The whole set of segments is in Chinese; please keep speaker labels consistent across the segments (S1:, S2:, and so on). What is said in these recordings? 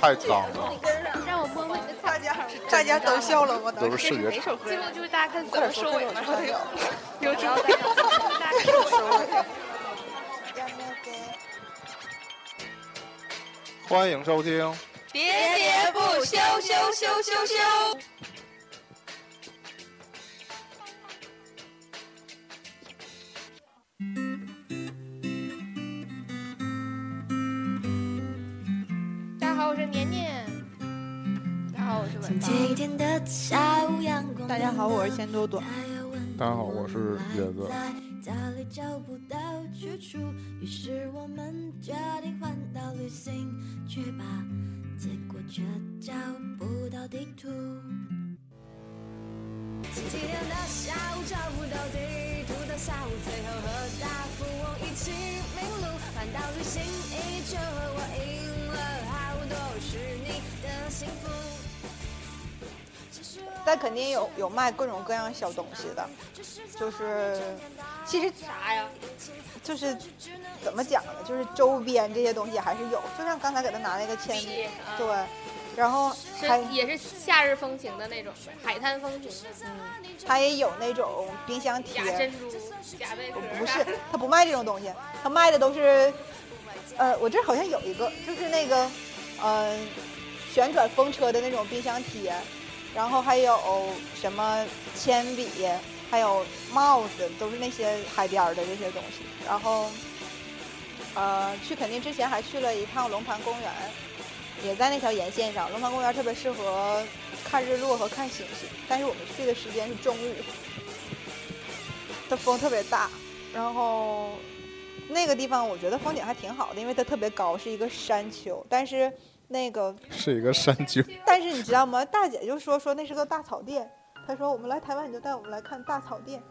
S1: 太脏了，
S2: 让我摸摸你的
S3: 大家大家都笑了，我能
S1: 都是视觉差。
S2: 最后就是大家看怎么收尾嘛，然后有有主
S1: 欢迎收听，
S2: 别别不休休休休休。大家好，我是年年。大家好，我是文芳。
S4: 今天的下午阳光。
S3: 大家好，我是钱多多。
S1: 大家好我是椰子。
S4: 家里找不到去处，于是我们决定环岛旅行去吧，结果却找不到地图。星期天的下午找不到地图的下午，最后和大富翁一起迷路，环岛旅行依旧和我赢了好多，是你的幸福。只是我
S3: 但肯定有有卖各种各样小东西的，就是其实
S2: 啥呀？
S3: 就是怎么讲呢？就是周边这些东西还是有，就像刚才给他拿那个铅笔
S2: 笔啊，
S3: 对，然后
S2: 是
S3: 还
S2: 也是夏日风情的那种呗，海滩风情的，
S3: 他也有那种冰箱
S2: 假
S3: 贴，
S2: 珍珠、假贝壳，
S3: 不是他不卖这种东西，他卖的都是，呃，我这好像有一个，就是那个，呃，旋转风车的那种冰箱贴，然后还有什么铅笔，还有帽子，都是那些海边儿的这些东西。然后，呃，去垦丁之前还去了一趟龙盘公园，也在那条沿线上。龙盘公园特别适合看日落和看星星，但是我们去的时间是中午，它风特别大，然后那个地方我觉得风景还挺好的，因为它特别高，是一个山丘，但是那个
S1: 是一个山丘，
S3: 但是你知道吗？大姐就说说那是个大草甸，她说我们来台湾你就带我们来看大草甸，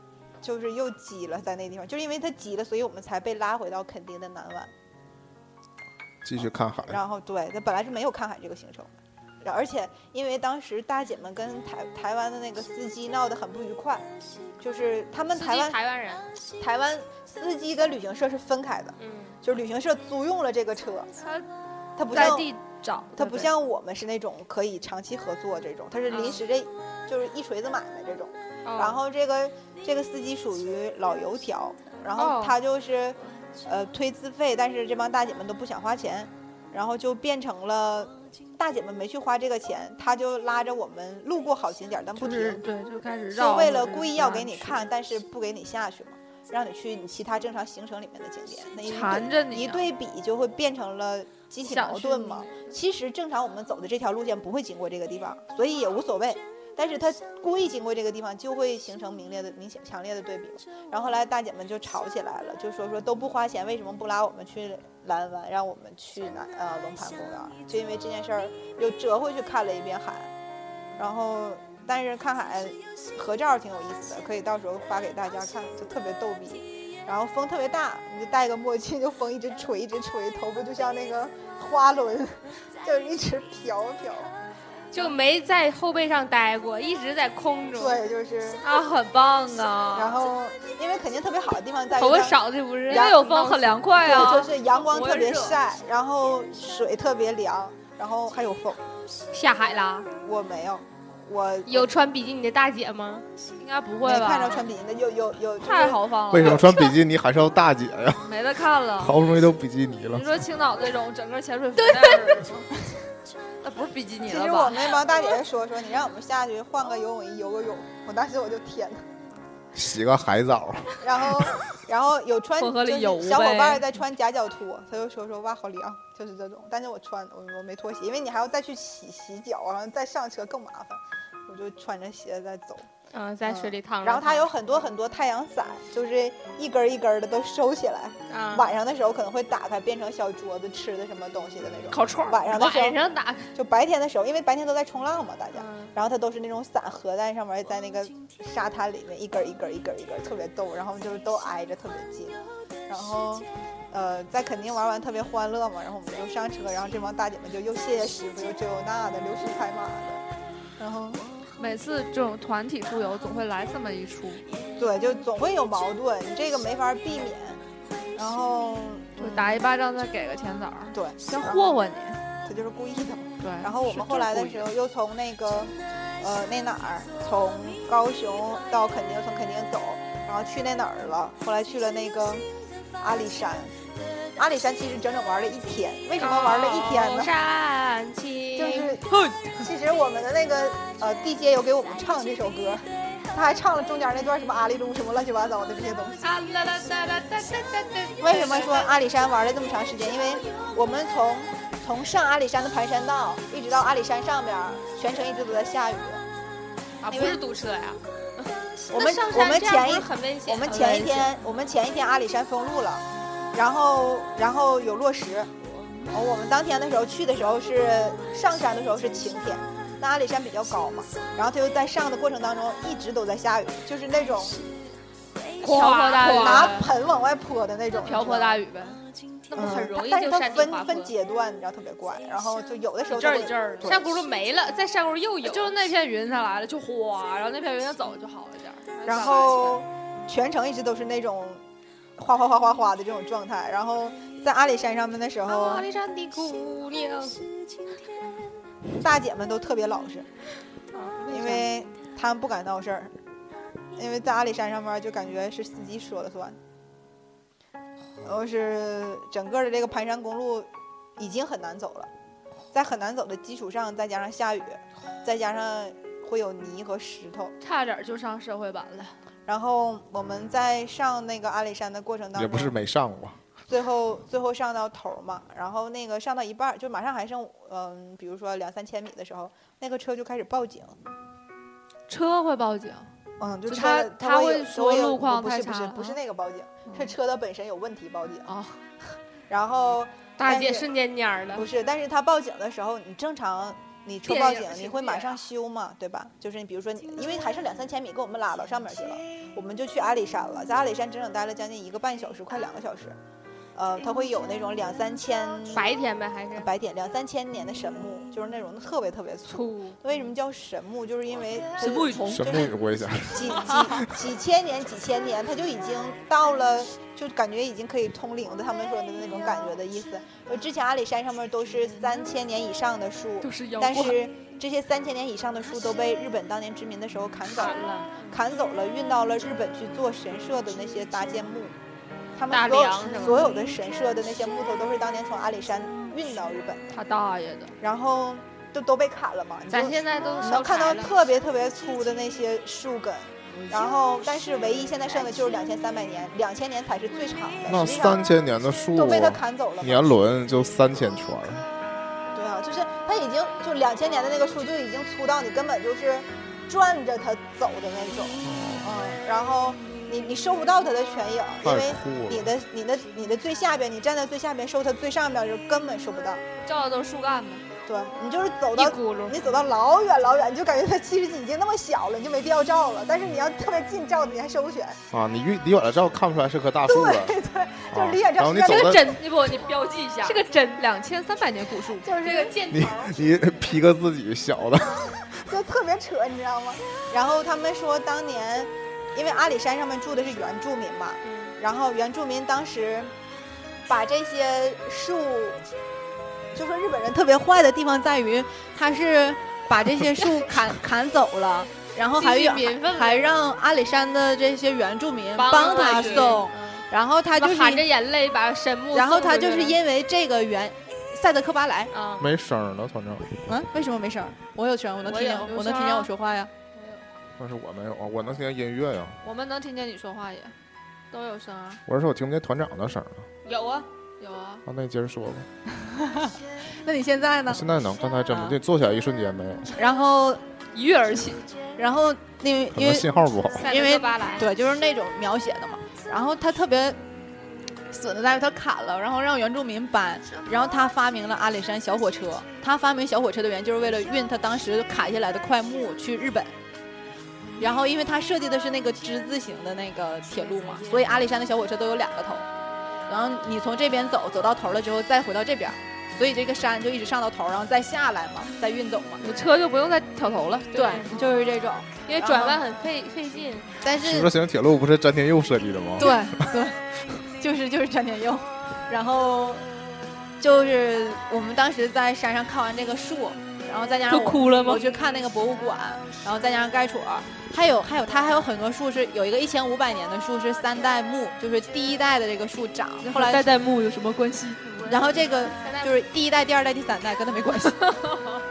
S3: 就是又急了在那地方，就是因为她急了，所以我们才被拉回到垦丁的南湾。
S1: 继续看海。
S3: 然后对，那本来是没有看海这个行程的，然后而且因为当时大姐们跟台台湾的那个司机闹得很不愉快，就是他们
S2: 司
S3: 台
S2: 机
S3: 湾
S2: 台湾人，
S3: 台湾司机跟旅行社是分开的，
S2: 嗯，
S3: 就是旅行社租用了这个车，
S2: 他
S3: 它不
S5: 在
S3: 像
S5: 地找，
S3: 它
S5: 对嗯
S3: 不
S5: 对
S3: 像我们是那种可以长期合作这种，它是临时这就是一锤子买卖这种。
S5: 嗯哦
S3: 然后这个这个司机属于老油条，然后
S5: 哦
S3: 他就是、呃推自费，但是这帮大姐们都不想花钱，然后就变成了大姐们没去花这个钱，他就拉着我们路过好景点儿，但不
S5: 就
S3: 停，
S5: 是对，就开始
S3: 是
S5: 绕，
S3: 为了故意要给你看，，但是不给你下去嘛。让你去你其他正常行程里面的景点，那一对
S5: 缠着你
S3: 一
S5: 啊
S3: 对比就会变成了集体
S5: 想
S3: 矛
S5: 去
S3: 盾嘛。其实正常我们走的这条路线不会经过这个地方，所以也无所谓。但是他故意经过这个地方，就会形成明烈的、明显、强烈的对比。然后后来大姐们就吵起来了，就说说都不花钱，为什么不拉我们去蓝湾，让我们去南呃龙盘公园？就因为这件事儿，又折回去看了一遍海。然后，但是看海合照挺有意思的，可以到时候发给大家看，就特别逗逼。然后风特别大，你就戴个墨镜，就风一直吹，一直吹，头发就像那个花轮， 就一直飘飘。
S2: 就没在后背上待过，一直在空中，
S3: 对，就是。
S5: 啊，很棒啊，
S3: 然后，因为肯定特别好的地方在于
S5: 头发
S3: 它
S5: 少的不是，因
S3: 然
S5: 为有风很凉快
S3: 对，
S5: 啊，
S3: 就是阳光
S5: 不
S3: 特
S5: 会
S3: 别
S5: 热
S3: 晒，然后水特别凉，然后还有风。
S2: 下海啦。
S3: 我没有，我
S2: 有穿比基尼的大姐吗？
S5: 应该不
S3: 没
S5: 会
S3: 看着
S5: 吧？
S3: 穿比基尼的，有有有，就是
S5: 太豪放了，
S1: 为什么穿比基尼还是要大姐呀？
S5: 没得看了？
S1: 好不容易都比基尼了
S5: 你，说青岛这种整个潜水服那样的吗，那不是比基尼
S3: 其实
S5: 了
S3: 我
S5: 吧？
S3: 们那帮大姐姐说说，你让我们下去换个游泳衣游个泳，我当时我就天呐。
S1: 洗个海澡，
S3: 然后，然后有穿
S5: 混合里
S3: 就
S5: 游
S3: 是小伙伴
S5: 呗
S3: 在穿夹脚拖，他就说说哇好凉，就是这种。但是我穿我我没脱鞋，因为你还要再去洗洗脚，然后再上车更麻烦，我就穿着鞋在走。
S2: 嗯，在水里躺着。
S3: 然后它有很多很多太阳伞，就是一根儿一根儿的都收起来，
S5: 嗯
S2: 啊
S3: 晚上的时候可能会打开变成小桌子吃的什么东西的那种。
S5: 烤串儿
S3: 晚上的时候
S2: 晚上打开，
S3: 就白天的时候，因为白天都在冲浪嘛，大家，
S2: 嗯
S3: 然后它都是那种伞合在上面，在那个沙滩里面一根儿一根儿一根儿一根儿，特别逗，然后就是都挨着特别近，然后。呃，在垦丁玩完特别欢乐嘛，然后我们就上车，然后这帮大姐们就又谢谢师傅，又这又那的，溜须拍马的，然后
S5: 每次这种团体出游总会来这么一出，
S3: 对，就总会有矛盾，你这个没法避免。然后
S5: 就打一巴掌再给个甜枣儿，
S3: 对，
S5: 先霍霍你。
S3: 他就是故意的嘛。
S5: 对。
S3: 然后我们后来的时候又从那个呃那哪儿，从高雄到垦丁，从垦丁走，然后去那哪儿了？后来去了那个阿里山，阿里山其实整整玩了一天。为什么玩了一天
S6: 哦
S3: 呢？
S5: 山青，
S3: 就是
S5: 哼，
S3: 其实我们的那个呃地接有给我们唱这首歌，他还唱了中间那段什么阿里路什么乱七八糟的这些东西。
S5: 啊啦啦哒啦哒哒哒哒。
S3: 为什么说阿里山玩了这么长时间？因为我们从从上阿里山的盘山道一直到阿里山上边儿，全程一直都在下雨。
S5: 啊不是堵车呀？
S3: 我
S5: 那
S3: 们
S5: 上
S3: 我
S5: 山
S3: 们
S5: 这样
S3: 前
S5: 不
S3: 一
S5: 是很危险？
S3: 我们
S5: 很
S3: 前
S5: 危险
S3: 一天我们前一天阿里山封路了，然后然后有落石。哦，我们当天的时候去的时候是上山的时候是晴天，那阿里山比较高嘛，然后它又在上的过程当中一直都在下雨，就是那种
S5: 瓢泼大雨，
S3: 拿盆往外泼的那种
S5: 瓢泼
S3: 雨。
S5: 大雨呗，那不
S3: 嗯
S5: 很容易
S3: 但
S5: 就是
S3: 它
S5: 山泥滑
S3: 分
S5: 坡。
S3: 分阶段，你知道特别怪，然后就有的时候
S5: 一阵儿
S3: 它会
S5: 一阵儿的，
S3: 对
S5: 山轱辘没了，在山轱辘又有，
S7: 就是那片云它来了就哗，然后那片云它走了就好了点儿。
S3: 然后全程一直都是那种哗哗哗哗哗的这种状态。然后在阿里山上面的时候，
S5: 阿里山的姑娘，
S3: 大姐们都特别老实，因为她们不敢闹事儿。因为在阿里山上面就感觉是司机说了算，然后是整个的这个盘山公路已经很难走了，在很难走的基础上，再加上下雨，再加上会有泥和石头，
S7: 差点儿就上社会版了。
S3: 然后我们在上那个阿里山的过程当中，
S1: 也不是没上过，
S3: 最后最后上到头儿嘛，然后那个上到一半儿，就马上还剩嗯，比如说两三千米的时候，那个车就开始报警，
S7: 车会报警，
S3: 嗯，就
S7: 就
S3: 车
S7: 他
S3: 它
S7: 他
S3: 会
S7: 会
S3: 有
S7: 说
S3: 它会有
S7: 路况
S3: 不
S7: 太
S3: 是不
S7: 差
S3: 是
S7: 了
S3: 不是
S7: 啊
S3: 那个报警，是
S7: 嗯
S3: 车的本身有问题报警
S7: 啊。
S3: 然后
S5: 大
S3: 但
S5: 姐
S3: 是
S5: 瞬间蔫
S7: 嗯
S5: 儿了
S3: 不。是，但是他报警的时候，你正常你车
S5: 电
S3: 报
S5: 影
S3: 警
S5: 儿，
S3: 你
S5: 是
S3: 会马
S5: 电
S3: 上
S7: 啊
S5: 影
S3: 修嘛，对吧？就是你比如说你，因为还剩两三千米，给我们拉到上面去了，我们就去阿里山了，在阿里山整整待了将近一个半小时，快两个小时。呃，它会有那种两三千
S5: 白天呗，还是
S3: 白点两三千年的神木，就是那种特别特别粗。
S5: 粗
S3: 为什么叫神木？就是因为它
S7: 神木与虫
S3: 就
S1: 神木
S3: 是
S1: 雨过一下，
S3: 几几几千年、几千年，它就已经到了，就感觉已经可以通灵的，他们说的那种感觉的意思。呃之前阿里山上面都是三千年以上的树，
S7: 都是妖
S3: 但
S7: 怪。
S3: 是这些三千年以上的树都被日本当年殖民的时候砍走
S5: 砍
S3: 了，
S5: 了，
S3: 砍走了，运到了日本去做神社的那些搭建木，他们
S5: 大
S3: 所有
S5: 梁是吗
S3: 所有的神社的那些木头都是当年从阿里山运到日本的，
S7: 他大爷的，
S3: 然后就都被砍了嘛。你就
S5: 咱现在都
S3: 你
S5: 烧
S3: 能看
S5: 柴
S3: 到
S5: 了
S3: 特别特别粗的那些树根，然后但是唯一现在剩的就是两千三百年，两千年才是最长的，
S1: 那
S3: 实际上
S1: 三千年的树啊
S3: 都被他砍走了嘛。
S1: 年轮就三千圈儿，
S3: 对啊，就是它已经就两千年的那个树就已经粗到你根本就是转着它走的那种，嗯，然后你你收不到它的全影，因
S1: 太
S3: 为
S1: 酷
S3: 你
S1: 了。
S3: 的你的你的最下边，你站在最下边收它最上边就根本收不到，
S7: 照的都是树干子，
S3: 对你就是走
S5: 一
S3: 到
S5: 轱辘，
S3: 你走到老远老远，你就感觉它其实已经那么小了，你就没必要照了，但是你要特别近照，你还收不全，
S1: 啊，你离离远了照看不出来是棵大树啊，
S3: 对对，
S1: 啊
S3: 就是离远
S1: 然
S3: 照
S1: 后
S3: 实
S1: 你
S3: 在
S1: 走
S7: 这个
S1: 的，
S7: 真，你不，你标记一下，
S5: 这个真两千三百年古树，
S3: 就是这个
S5: 箭
S1: 你你批个自己小的，
S3: 就特别扯，你知道吗？然后他们说当年，因为阿里山上面住的是原住民嘛，
S6: 嗯
S3: 然后原住民当时把这些树，就说日本人特别坏的地方在于，他是把这些树砍 砍走了，然后还
S5: 继续
S3: 有
S5: 民愤呗
S3: 还让阿里山的这些原住民
S5: 帮
S3: 帮
S5: 他
S3: 他
S5: 去
S3: 送，
S6: 嗯
S3: 然后他
S5: 他
S3: 就是
S5: 含着眼泪把神木送回去了，
S3: 然后他就是因为这个原赛德克巴莱，
S5: 啊，
S1: 没声儿呢，团长。
S3: 嗯，为什么没声儿？我有权，我能
S5: 我
S3: 听见
S5: 有，
S3: 我
S5: 有
S3: 能
S5: 声
S3: 听见
S5: 儿
S3: 我
S5: 啊
S3: 说话呀。
S1: 但是我没有啊，我能听见音乐呀，
S7: 我们能听见你说话也，都有声啊，
S1: 我是说我听不见团长的声儿了。
S5: 有啊，
S7: 有啊。
S1: 啊，那你接着说吧。
S3: 嗯那你现在
S1: 我
S3: 呢？
S1: 现在能，刚才真不对，坐起来一瞬间没有，
S3: 然后，
S7: 一跃而起，
S3: 然后因为
S1: 可能
S3: 因为
S1: 信号不好。
S5: 塞
S3: 嗯因
S5: 德
S3: 为
S5: 克巴莱
S3: 对，就是那种描写的嘛。然后他特别损的在于他砍了，然后让原住民搬，然后他发明了阿里山小火车。他发明小火车的原因就是为了运他当时砍下来的块木去日本。然后，因为他设计的是那个之字形的那个铁路嘛，所以阿里山的小火车都有两个头。然后你从这边走，走到头了之后再回到这边，所以这个山就一直上到头，然后再下来嘛，再运走嘛。
S7: 你车就不用再挑头了。
S3: 对，就是这种。
S5: 因为转弯很费费劲，
S3: 但
S1: 十
S3: 是
S1: 字形铁路不是詹 天佑设计的吗？
S3: 对对，就是就是詹天佑，然后就是我们当时在山上看完这个树，然后再加上
S4: 都
S3: 我
S4: 哭了吗
S3: 我去看那个博物馆，然后再加上盖楚儿，还有还有它还有很多树是有一个一千五百年的树是三代目，就是第一代的这个树长，后来
S4: 代代木有什么关系？
S3: 然后这个就是第一代、第二代、第三代跟他没 关系，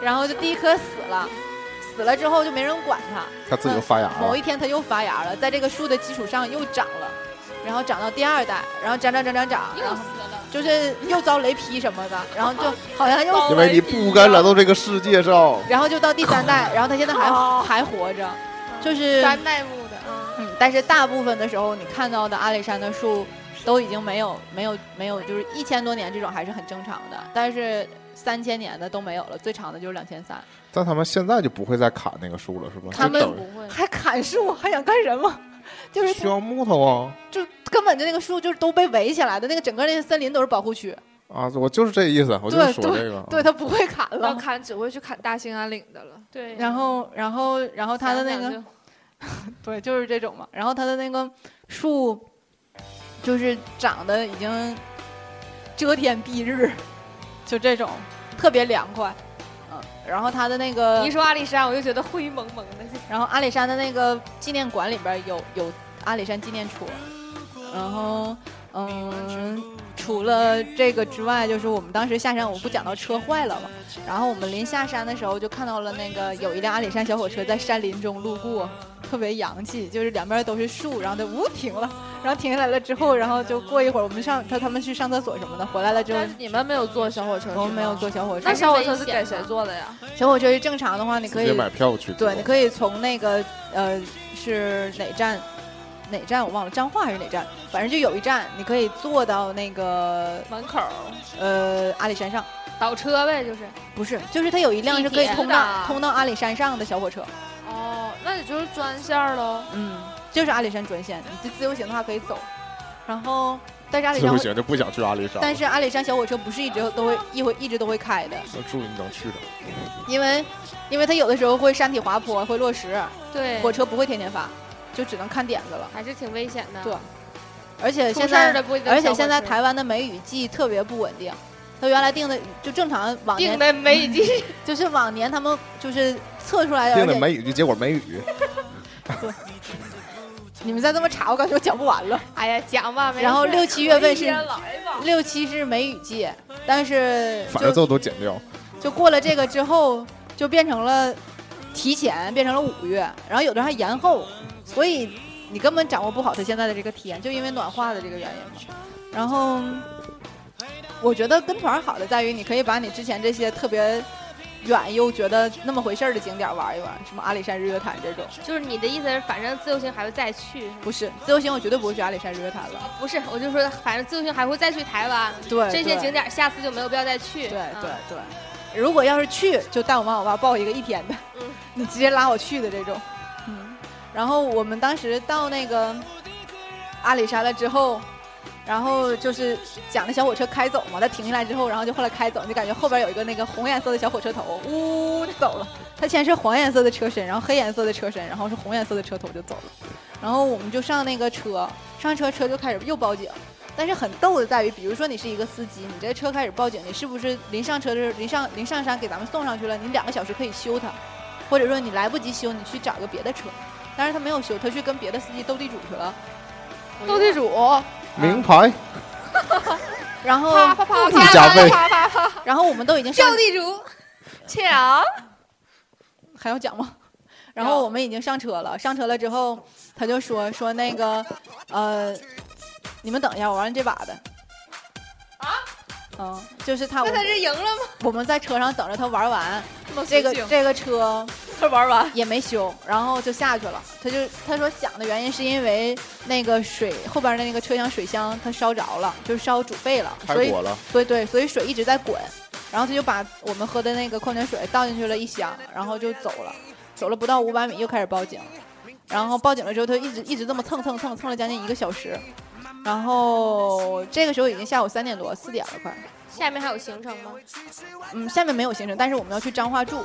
S3: 然后就第一棵死了，死了之后就没人管它，
S1: 它自己就发芽
S3: 某
S1: 了
S3: 一。天它又发芽了，在这个树的基础上又长了，然后长到第二代，然后长长长长长，
S4: 又
S3: 然后
S4: 死了，
S3: 就是又遭雷劈什么的，然后就好像又
S1: 因为你不该来到这个世界上。
S3: 然后就到第三代，然后它现在还还活着，就是
S6: 三代目的啊，
S3: 嗯，但是大部分的时候你看到的阿里山的树都已经没有没有没有，就是一千多年这种还是很正常的，但是三千年的都没有了，最长的就是两千三。
S1: 但他们现在就不会再砍那个树了，是吧？
S3: 他们
S1: 就等于
S4: 不会。
S3: 还砍树，还想干什么？ 就是
S1: 需要木头啊
S3: 就根本就那个树就是都被围起来的，那个整个那个森林都是保护区，
S1: 啊！我就是这意思，我就是说这个。啊
S3: 对，它不会砍
S6: 要
S3: 了。
S6: 哦砍只会去砍大兴安岭的了。
S4: 对，
S3: 然后，然后，然后它的那
S6: 想
S3: 个
S6: 想就
S3: 对，就是这种嘛。然后它的那个树，就是长得已经遮天蔽日，就这种特别凉快。嗯，然后它的那个
S6: 你一，说阿里山，我就觉得灰蒙蒙的。
S3: 然后阿里山的那个纪念馆里边儿有有阿里山纪念戳，然后嗯。除了这个之外，就是我们当时下山，我不讲到车坏了嘛，然后我们临下山的时候就看到了那个有一辆阿里山小火车在山林中路过，特别洋气，就是两边都是树，然后它呜停了，然后停下来了之后，然后就过一会儿我们上他他们去上厕所什么的，回来了之后
S6: 但是你们没有坐小火车，
S3: 我们没有，坐小火车
S6: 那，小火车是给
S4: 那是危险
S6: 谁
S4: 的
S6: 坐的呀？
S3: 小火车是正常的话你可
S1: 直接
S3: 以
S1: 买票去坐。
S3: 对，你可以从那个呃是哪站，哪站我忘了，彰化还是哪站，反正就有一站，你可以坐到那个
S6: 门口
S3: 呃阿里山上，
S6: 倒车呗，就是。
S3: 不是，就是它有一辆
S6: 地
S3: 是可以
S6: 铁
S3: 通
S6: 的
S3: 到通到阿里山上的小火车，
S6: 哦，那也就是专线儿喽。
S3: 嗯，就是阿里山专线，你自由行的话可以走，然后但是阿里
S1: 自
S3: 山
S1: 由
S3: 会，
S1: 行就不想去阿里山了。
S3: 但是阿里山小火车不是一直都会一会一直都会开的，
S1: 那祝你能去的。
S3: 因为因为它有的时候会山体滑坡会落石，
S6: 对
S3: 火车不会天天发，就只能看点子了，
S6: 还是挺危险的。
S3: 对而且
S6: 出
S3: 现
S6: 事儿
S3: 在。
S6: 的不一定。
S3: 而且现在台湾的梅雨季特别不稳定，它原来定的就正常往
S6: 定
S3: 年
S6: 的没已经
S3: 就是往年他们就是测出来的，
S1: 定的
S3: 而且
S1: 梅雨就结果梅雨，
S3: 你们再这么查，我感觉我讲不完了。
S6: 哎呀，讲吧，没事
S3: 然后六七月份是
S6: 一天来吧
S3: 六七是梅雨季，但是
S1: 反正
S3: 就啊
S1: 最后都剪掉。
S3: 就过了这个之后，就变成了提前变成了五月，然后有的还延后，所以你根本掌握不好它现在的这个体验，就因为暖化的这个原因嘛。然后我觉得跟团好的在于，你可以把你之前这些特别远又觉得那么回事儿的景点玩一玩，什么阿里山日月潭这种。
S8: 就是你的意思是，反正自由行还会再去，是吗
S3: 不是自由行，我绝对不会去阿里山日月潭了。
S8: 不是，我就说，反正自由行还会再去台湾，
S3: 对，
S8: 这些
S3: 对
S8: 景点下次就没有必要再去。
S3: 对对
S8: 嗯
S3: 对如果要是去，就带我妈我爸报一个一天的，
S8: 嗯
S3: 你直接拉我去的这种。嗯，然后我们当时到那个阿里山了之后，然后就是讲的小火车开走嘛，它停下来之后，然后就后来开走，你就感觉后边有一个那个红颜色的小火车头，呜走了。它先是黄颜色的车身，然后黑颜色的车身，然后是红颜色的车头就走了。然后我们就上那个车，上车车就开始又报警。但是很逗的在于，比如说你是一个司机，你这车开始报警，你是不是临上车的时候，临上临上山给咱们送上去了，你两个小时可以修它，或者说你来不及修，你去找个别的车。但是他没有修，他去跟别的司机斗地主去了。
S6: 斗地主，
S1: 名牌
S3: 然后，
S6: 啪啪啪
S1: 物价
S6: 啪
S1: 费
S6: 啪啪啪啪，
S3: 然后我们都已经上
S8: 斗地主，
S6: 切啊！
S3: 还要讲吗？然后我们已经上车了，上车了之后，他就说说那个，呃，你们等一下，我玩这把的。啊？嗯，就是他，我
S8: 那他
S3: 们
S8: 是赢了吗？
S3: 我们在车上等着他玩完，
S6: 么
S3: 这个
S6: 随性
S3: 这个车
S6: 他玩完，
S3: 也没修，然后就下去了。他就他说想的原因是因为那个水后边的那个车厢水箱它烧着了，就是烧煮沸了，
S1: 开
S3: 所以
S1: 火了，
S3: 对对，所以水一直在滚，然后他就把我们喝的那个矿泉水倒进去了一箱，然后就走了，走了不到五百米又开始报警，然后报警了之后，他一直一直这么蹭蹭蹭蹭了将近一个小时，然后这个时候已经下午三点多，四点了快。
S6: 下面还有行程吗？
S3: 嗯，下面没有行程，但是我们要去彰化住，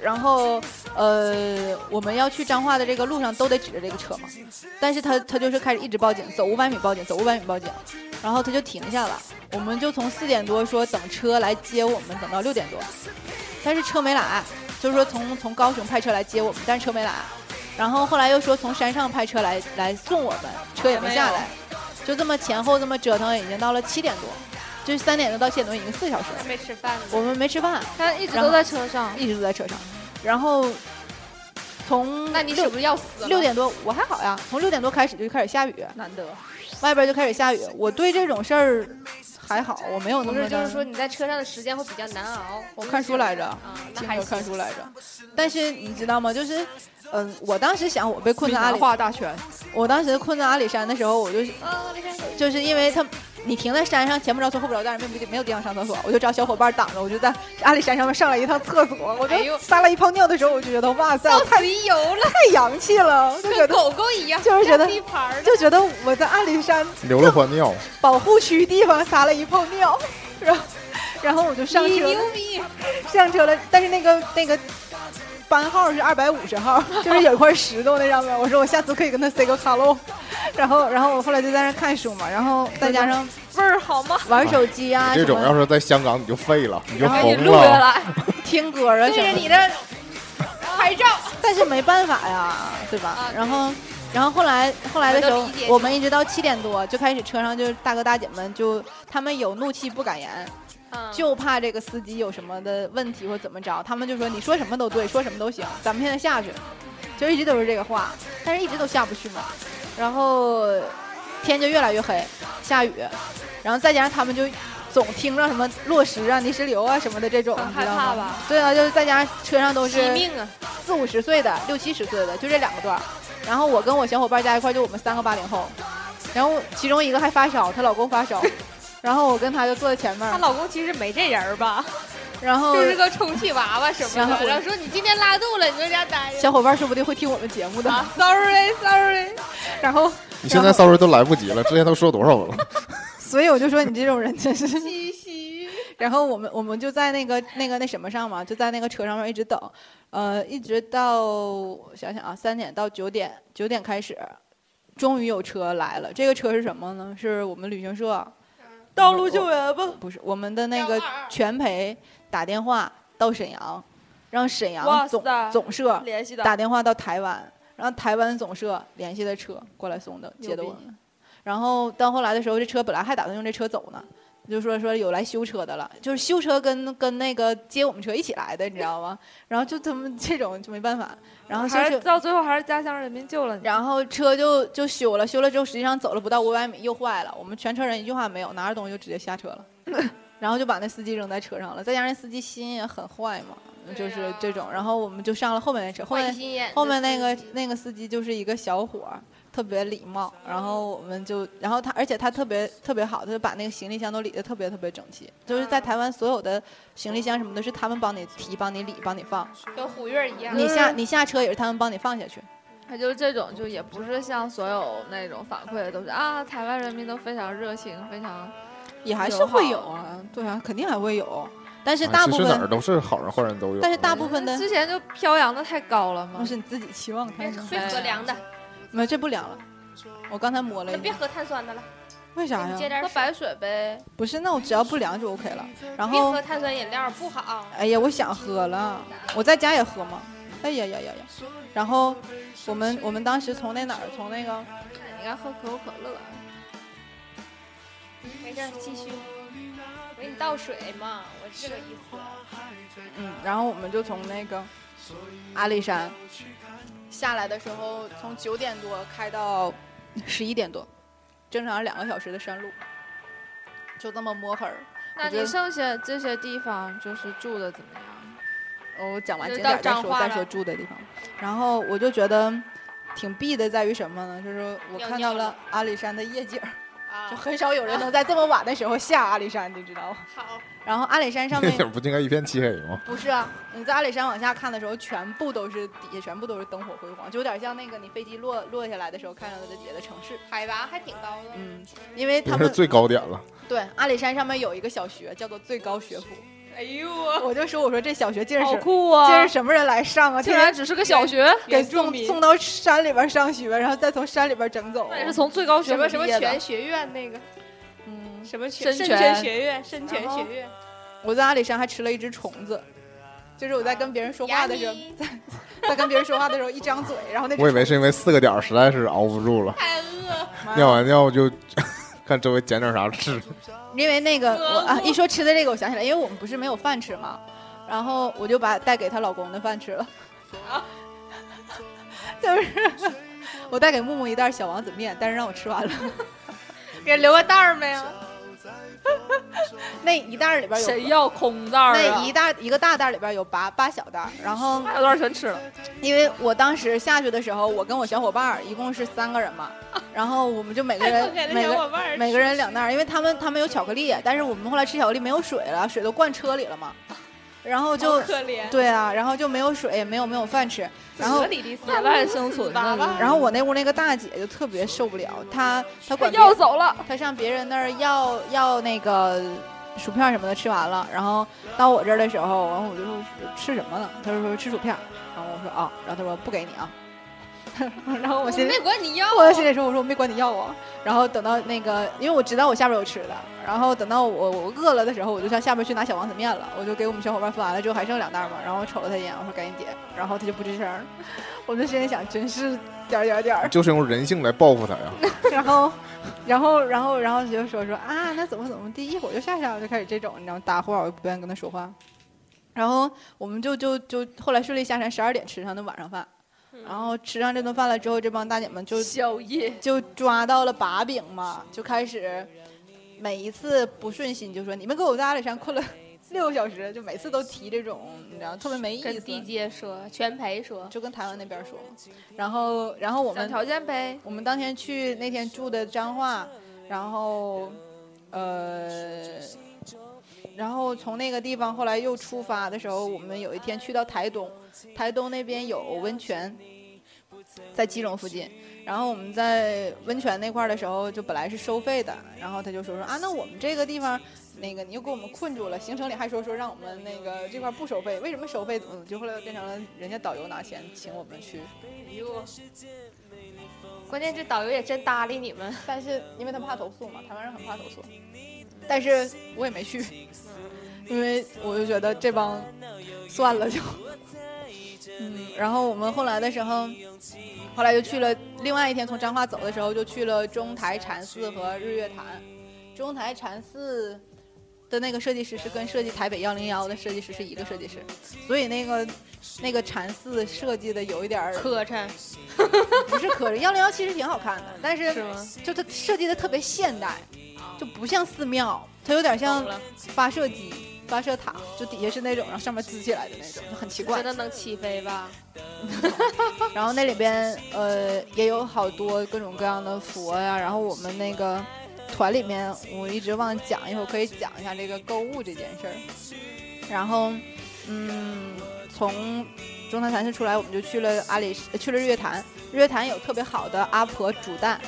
S3: 然后呃，我们要去彰化的这个路上都得指着这个车嘛，但是他他就是开始一直报警，走五百米报警，走五百米报警，然后他就停下了，我们就从四点多说等车来接我们，等到六点多，但是车没来，就是说从从高雄派车来接我们，但是车没来，然后后来又说从山上派车来来送我们，车也没下来，就这么前后这么折腾，已经到了七点多，就是三点多到七点多已经四小时了。
S6: 没吃饭呢，
S3: 我们没吃饭，
S6: 他一直
S3: 然后
S6: 都在车上。
S3: 一直都在车上。然后从
S6: 那你是
S3: 六
S6: 不是要死了？
S3: 六点多，我还好呀，从六点多开始就开始下雨，
S4: 难得。
S3: 外边就开始下雨。我对这种事儿还好，我没有
S6: 不
S3: 那么
S6: 是，
S3: 的
S6: 就是说你在车上的时间会比较难熬。
S3: 我看书来着，
S6: 啊，那
S3: 前
S6: 还
S3: 天
S6: 行
S3: 看书来着。但是你知道吗？就是，嗯、我当时想我被困在阿
S4: 阿
S3: 里，
S4: 画大全，
S3: 我当时困在阿里山的时候，我就
S6: 啊，没事。
S3: 就是因为他，你停在山上前不着村后不着店，没有没有地方上厕所，我就找小伙伴挡着，我就在阿里山上面上了一趟厕所，我
S6: 哎
S3: 就
S6: 呦
S3: 撒了一泡尿的时候，我就觉得哇塞，我太
S6: 鱼油了，
S3: 太洋气了，我就觉
S6: 跟
S3: 得
S6: 狗狗一样，
S3: 就是觉得
S6: 占地盘儿的。
S3: 就觉得我在阿里山
S1: 流了泡尿，
S3: 保护区地方撒了一泡尿，然后然后我就上
S6: 你
S3: 车
S6: 牛逼！
S3: 上车了，但是那个那个班号是二百五十号，就是有一块石头那上面，我说我下次可以跟他 say 个 hello，然后然后我后来就在那看书嘛，然后再加上
S6: 味儿好吗？
S3: 玩手机啊，
S1: 这种
S3: 什么
S1: 要是在香港你就废了，你就
S3: 然后
S1: 红
S4: 录
S1: 了。
S4: 下来。
S3: 听歌啊什么的。
S6: 的拍照，
S3: 但是没办法呀，对吧
S6: 啊？
S3: 然后，然后后来后来的时候
S6: 我都理解，你
S3: 我们一直到七点多就开始车上就是大哥大姐们就他们有怒气不敢言，
S6: 嗯
S3: 就怕这个司机有什么的问题或怎么着，他们就说你说什么都对，说什么都行，咱们现在下去，就一直都是这个话，但是一直都下不去嘛。然后天就越来越黑，下雨，然后再加上他们就总听着什么落石啊、泥石流啊什么的这种，
S6: 很
S3: 你
S6: 害
S3: 知道
S6: 怕
S3: 吗？
S6: 吧？
S3: 对啊，就是再加上车上都是
S6: 惜命啊！
S3: 四五十岁的、六七十岁的，就这两个段儿。然后我跟我小伙伴加一块儿，就我们三个八零后。然后其中一个还发烧，她老公 发烧，然后我跟她就坐在前面
S6: 她
S3: 儿，
S6: 老公其实没这人儿吧，
S3: 然后
S6: 就是个充气娃娃什
S3: 嗯然
S6: 么
S3: 后
S6: 的。然后说你今天拉肚了，你在家待着。
S3: 小伙伴说不定会听我们节目的。
S6: 啊，sorry，sorry，
S3: 然后，
S1: 你现在骚扰都来不及了，之前都说多少了？
S3: 所以我就说你这种人真是。
S6: 嘻嘻。
S3: 然后我们我们就在那个那个那什么上嘛，就在那个车上面一直等，呃，一直到我想想啊，三点到九点，九点开始，终于有车来了。这个车是什么呢？是我们旅行社道路救援吧？不是，我们的那个
S6: 122
S3: 全陪打电话到沈阳，让沈阳
S4: 哇
S3: 总
S4: 塞
S3: 总社
S4: 联系的
S3: 打电话到台湾，然后台湾总社联系的车过来送的，接的我
S4: 牛
S3: 们。然后到后来的时候，这车本来还打算用这车走呢，就说说有来修车的了，就是修车跟跟那个接我们车一起来的，你知道吗？然后就他们这种就没办法，然后修
S4: 还是
S3: 车，
S4: 到最后还是家乡人民救了你。
S3: 然后车就就修了，修了之后实际上走了不到五百米又坏了，我们全车人一句话没有，拿着东西就直接下车了， 然后就把那司机扔在车上了，再加上司机心也很坏嘛，就是这种，然后我们就上了后面的车，后面
S6: 换心眼。
S3: 后面那个那个司机就是一个小伙儿，特别礼貌，然后我们就，然后他，而且他特别特别好，他就把那个行李箱都理得特别特别整齐，就是在台湾所有的行李箱什么的，是他们帮你提、帮你理、帮你放，
S6: 跟虎月一样，
S3: 你下你下车也是他们帮你放下去，
S4: 他就是这种，就也不是像所有那种反馈的都是啊，台湾人民都非常热情，非常
S3: 也还是
S4: 友
S3: 会
S4: 好
S3: 有啊，对啊，肯定还会有，但是
S1: 哎
S3: 大
S1: 其
S3: 部
S1: 实哪儿
S3: 分，
S1: 都是好人坏人都有。啊嗯
S3: 但是 大部分的
S4: 之前就哎飘扬的太高了嘛
S3: 那。是你自己期望太
S6: 别
S3: 高，
S6: 别喝凉的，
S3: 嗯没有这不凉了，我刚才摸了
S6: 那
S3: 一
S6: 别
S3: 下，
S6: 喝碳酸的了，
S3: 为啥
S6: 你接
S3: 呀？
S6: 点
S4: 喝
S6: 水。
S4: 白水呗，
S3: 不是，那我只要不凉就 OK 了，然
S6: 别
S3: 后
S6: 喝。碳酸饮料不好。
S3: 哎呀，我想喝了，我在家也喝嘛。哎呀呀呀呀！然后我们我们当时从那哪儿，从那个
S4: 你应该喝可口可乐。
S6: 没事儿，继续。我给你倒水嘛，我是这个意思。
S3: 嗯，然后我们就从那个阿里山下来的时候，从九点多开到十一点多，正常两个小时的山路，就这么摸黑儿。
S4: 那
S3: 我觉
S4: 你
S3: 得
S4: 剩下这些地方就是住的怎么样？
S3: 我讲完
S6: 就
S3: 景
S6: 到
S3: 点儿再
S6: 彰
S3: 说
S6: 化
S3: 再
S6: 了
S3: 说住的地方。然后我就觉得挺必的在于什么呢？就是我
S6: 尿
S3: 看
S6: 尿
S3: 到了
S6: 了
S3: 阿里山的夜景儿。
S6: 啊
S3: 就，很少有人能在这么晚的时候下阿里山，你知道吗？
S6: 好，
S3: 然后阿里山上
S1: 那
S3: 面
S1: 地儿不应该一片漆黑吗？
S3: 不是啊，你在阿里山往下看的时候，全部都是底下全部都是灯火辉煌，就有点像那个你飞机落落下来的时候看到的底下的城市。
S6: 海拔还挺高的，
S3: 嗯，因为
S1: 那
S3: 他
S1: 是
S3: 们
S1: 最高点了，
S3: 对阿里山上面有一个小学叫做最高学府，
S6: 哎呦，
S3: 我就说我说这小学竟然
S4: 好
S3: 是
S4: 酷
S3: 竟
S4: 啊
S3: 然！什么人来上啊？
S4: 竟
S3: 竟
S4: 然
S3: 然
S4: 只是个小学，
S3: 给
S6: 原住
S3: 送
S6: 民
S3: 送到山里边上学，然后再从山里边整走
S4: 那。也是从最高学
S6: 什
S4: 府
S6: 么什么
S4: 毕业的
S6: 全学院那个
S3: 嗯，
S6: 什么全
S4: 深
S6: 深
S4: 泉
S6: 泉学院，深泉
S4: 然后
S6: 学院，
S3: 我在阿里山还吃了一只虫子。就是我在跟别人说话 的时候，
S6: 牙医
S3: 在跟别人说话的时候一张嘴，然后那只
S1: 我以为是因为四个点儿实在是熬不住了，
S6: 太饿，
S3: 啊
S1: 尿完尿就 看周围捡点啥吃。
S3: 因为那个
S6: 饿
S3: 我啊
S6: 了
S3: 一说吃的这个，我想起来，因为我们不是没有饭吃嘛，然后我就把带给她老公的饭吃了， 就是我带给木木一袋小王子面，但是让我吃完了，
S6: 给留个袋儿没有？
S3: 那一袋儿里边有
S4: 谁要空袋儿啊？
S3: 那一大一个大袋儿里边有八八小袋儿，然后
S4: 大段全吃了，
S3: 因为我当时下去的时候，我跟我小伙伴儿一共是三个人 嘛，然后我们就每个人
S6: 给那
S3: 每
S6: 小
S3: 个
S6: 伙伴儿
S3: 每个人两袋儿，因为他们他们有巧克力，但是我们后来吃巧克力没有水了，水都灌车里了嘛，然后
S6: 好
S3: 就
S6: 可怜，
S3: 对啊，然后就没有水，没有没有饭吃，然后
S6: 合理的
S4: 野外生存呢。
S3: 然后我那屋那个大姐就特别受不了，她她管别
S4: 要走了，
S3: 他上别人那儿要要那个薯片什么的，吃完了，然后到我这儿的时候，然后我就说吃什么呢？他就说吃薯片，然后我说啊，然后他说不给你啊， 然后我心里
S6: 没管你要，
S3: 我在心里说我说我没管你要啊，然后等到那个，因为我知道我下边有吃的，然后等到我我饿了的时候，我就上下边去拿小王子面了，我就给我们小伙伴分完了之后还剩两袋嘛，然后我瞅了他一眼，我说赶紧点，然后他就不吱声儿，我就心里想真是点儿点儿点儿。
S1: 就是用人性来报复他呀！
S3: 然后，然后，然后，然后就说说啊，那怎么怎么地，一会儿就下山了，就开始这种，你知道搭话，我就不愿意跟他说话。然后我们就就就后来顺利下山，十二点吃上的晚上饭。然后吃上这顿饭了之后，这帮大姐们就
S4: 宵夜
S3: 就抓到了把柄嘛，就开始每一次不顺心就说你们给我在阿里山困了六个小时，就每次都提这种，你知道特别没意
S6: 跟
S3: 思，
S6: 地接说，全陪说，
S3: 就跟台湾那边说。然后然后我
S4: 讲
S3: 们
S4: 条件呗，
S3: 我们当天去那天住的彰化，然后呃，然后从那个地方后来又出发的时候，我们有一天去到台东，台东那边有温泉，在基隆附近。然后我们在温泉那块儿的时候，就本来是收费的，然后他就说说啊，那我们这个地方，那个你又给我们困住了。行程里还说说让我们那个这块儿不收费，为什么收费？怎么怎么就后来变成了人家导游拿钱请我们去
S6: 关键这导游也真搭理你们，
S3: 但是因为他怕投诉嘛，台湾人很怕投诉，但是我也没去，
S6: 嗯
S3: 因为我就觉得这帮算了就，嗯，然后我们后来的时候，后来就去了另外一天从彰化走的时候就去了中台禅寺和日月潭，中台禅寺。的那个设计师是跟设计台北幺零幺的设计师是一个设计师，所以那个那个禅寺设计的有一点 儿
S6: 磕碜
S3: 不是磕碜，幺零幺其实挺好看的，但是
S6: 是吗？
S3: 就它设计的特别现代，就不像寺庙，它有点像
S6: 啊懂了
S3: 发射机、发射塔，就底下是那种，然后上面支起来的那种，就很奇怪
S6: 真。的能起飞吧？
S3: 然后那里边呃也有好多各种各样的佛呀、然后我们那个团里面我一直忘讲，一会儿可以讲一下这个购物这件事儿。然后嗯，从中南禅寺出来，我们就去了阿里呃去了日月潭，日月潭有特别好的阿婆煮蛋，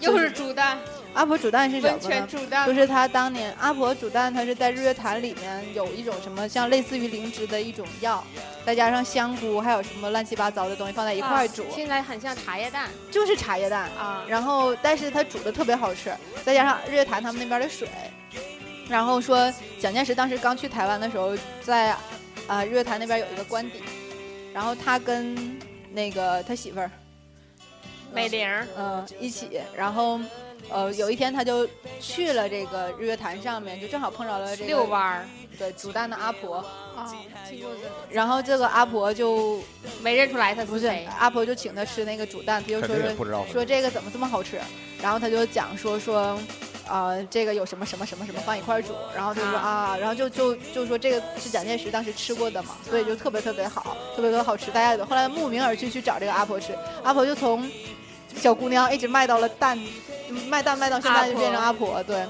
S6: 又是猪蛋，
S3: 阿婆煮蛋是什
S6: 温
S3: 么呢
S6: 泉？猪蛋
S3: 就，是他当年阿婆煮蛋，他是在日月潭里面有一种什么像类似于灵芝的一种药，再加上香菇，还有什么乱七八糟的东西放在一块儿煮
S6: 啊，听起来很像茶叶蛋
S3: 就是茶叶蛋。
S6: 啊。
S3: 然后，但是它煮的特别好吃，再加上日月潭他们那边的水。然后说蒋介石当时刚去台湾的时候，在啊、日月潭那边有一个官邸，然后他跟那个他媳妇儿
S6: 美玲儿
S3: 嗯，一起，然后。呃，有一天他就去了这个日月潭上面，就正好碰着了这个
S6: 遛弯儿
S3: 对煮蛋的阿婆，
S6: 啊，听过这个，
S3: 然后这个阿婆就
S6: 没认出来他
S3: 不
S6: 是
S3: 是
S6: 谁。
S3: 阿婆就请他吃那个煮蛋，他就
S1: 肯
S3: 说
S1: 定也不
S3: 说
S1: 知道
S3: 说这个怎么这么好吃，然后他就讲说说。呃，这个有什么什么什么什么放一块儿煮，然后他就说啊，然后就就就说这个是蒋介石当时吃过的嘛，所以就特别特别好，特别特别好吃，大家有后来慕名而去去找这个阿婆吃，阿婆就从小姑娘一直卖到了蛋，嗯卖蛋卖到现在就变成
S4: 阿
S3: 阿婆，对。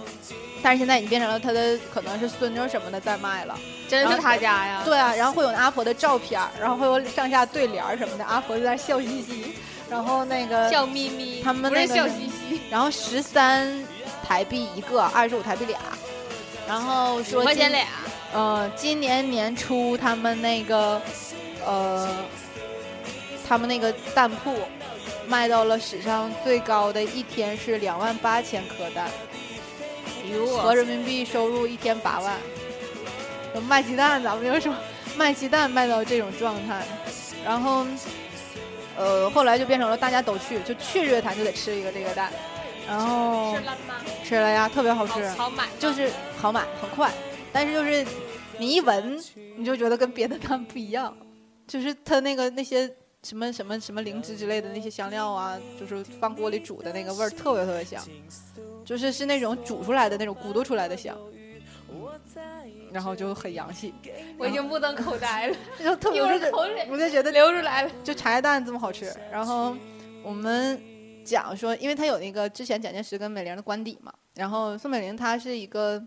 S3: 但是现在已经变成了她的可能是孙女儿什么的在卖了，
S6: 真是他家呀？
S3: 对啊，然后会有阿婆的照片儿，然后会有上下对联儿什么的，阿婆就在那笑嘻嘻，然后那个
S6: 笑眯眯，
S3: 他们
S6: 不
S3: 那
S6: 是
S3: 个
S6: 笑
S3: 是
S6: 嘻嘻，
S3: 然后十三台币一个，二十五台币俩。然后
S6: 五
S3: 说
S6: 块钱
S3: 今
S6: 俩，
S3: 呃，今年年初他们那个呃，他们那个蛋铺卖到了史上最高的一天是两万八千颗蛋，合人民币收入一天八万。卖鸡蛋，咱们就说卖鸡蛋卖到这种状态，然后呃，后来就变成了大家都去，就去日月潭就得吃一个这个蛋，然后
S6: 是烂吗？
S3: 吃了呀，特别好吃。
S6: 好好买吗，
S3: 就是好买很快，但是就是你一闻你就觉得跟别的蛋不一样，就是它那个那些什么什么什么灵芝之类的那些香料啊，就是放锅里煮的那个味儿特别特别香，就是是那种煮出来的那种咕嘟出来的香。然后就很洋气，
S6: 我已经目瞪口呆了，
S3: 就特别
S6: 一会
S3: 我就
S6: 儿
S3: 觉得
S6: 口水
S3: 我就觉得
S6: 流出来了。
S3: 就茶叶蛋这么好吃。然后我们讲说，因为他有那个之前蒋介石跟美玲的官邸嘛，然后宋美龄她是一个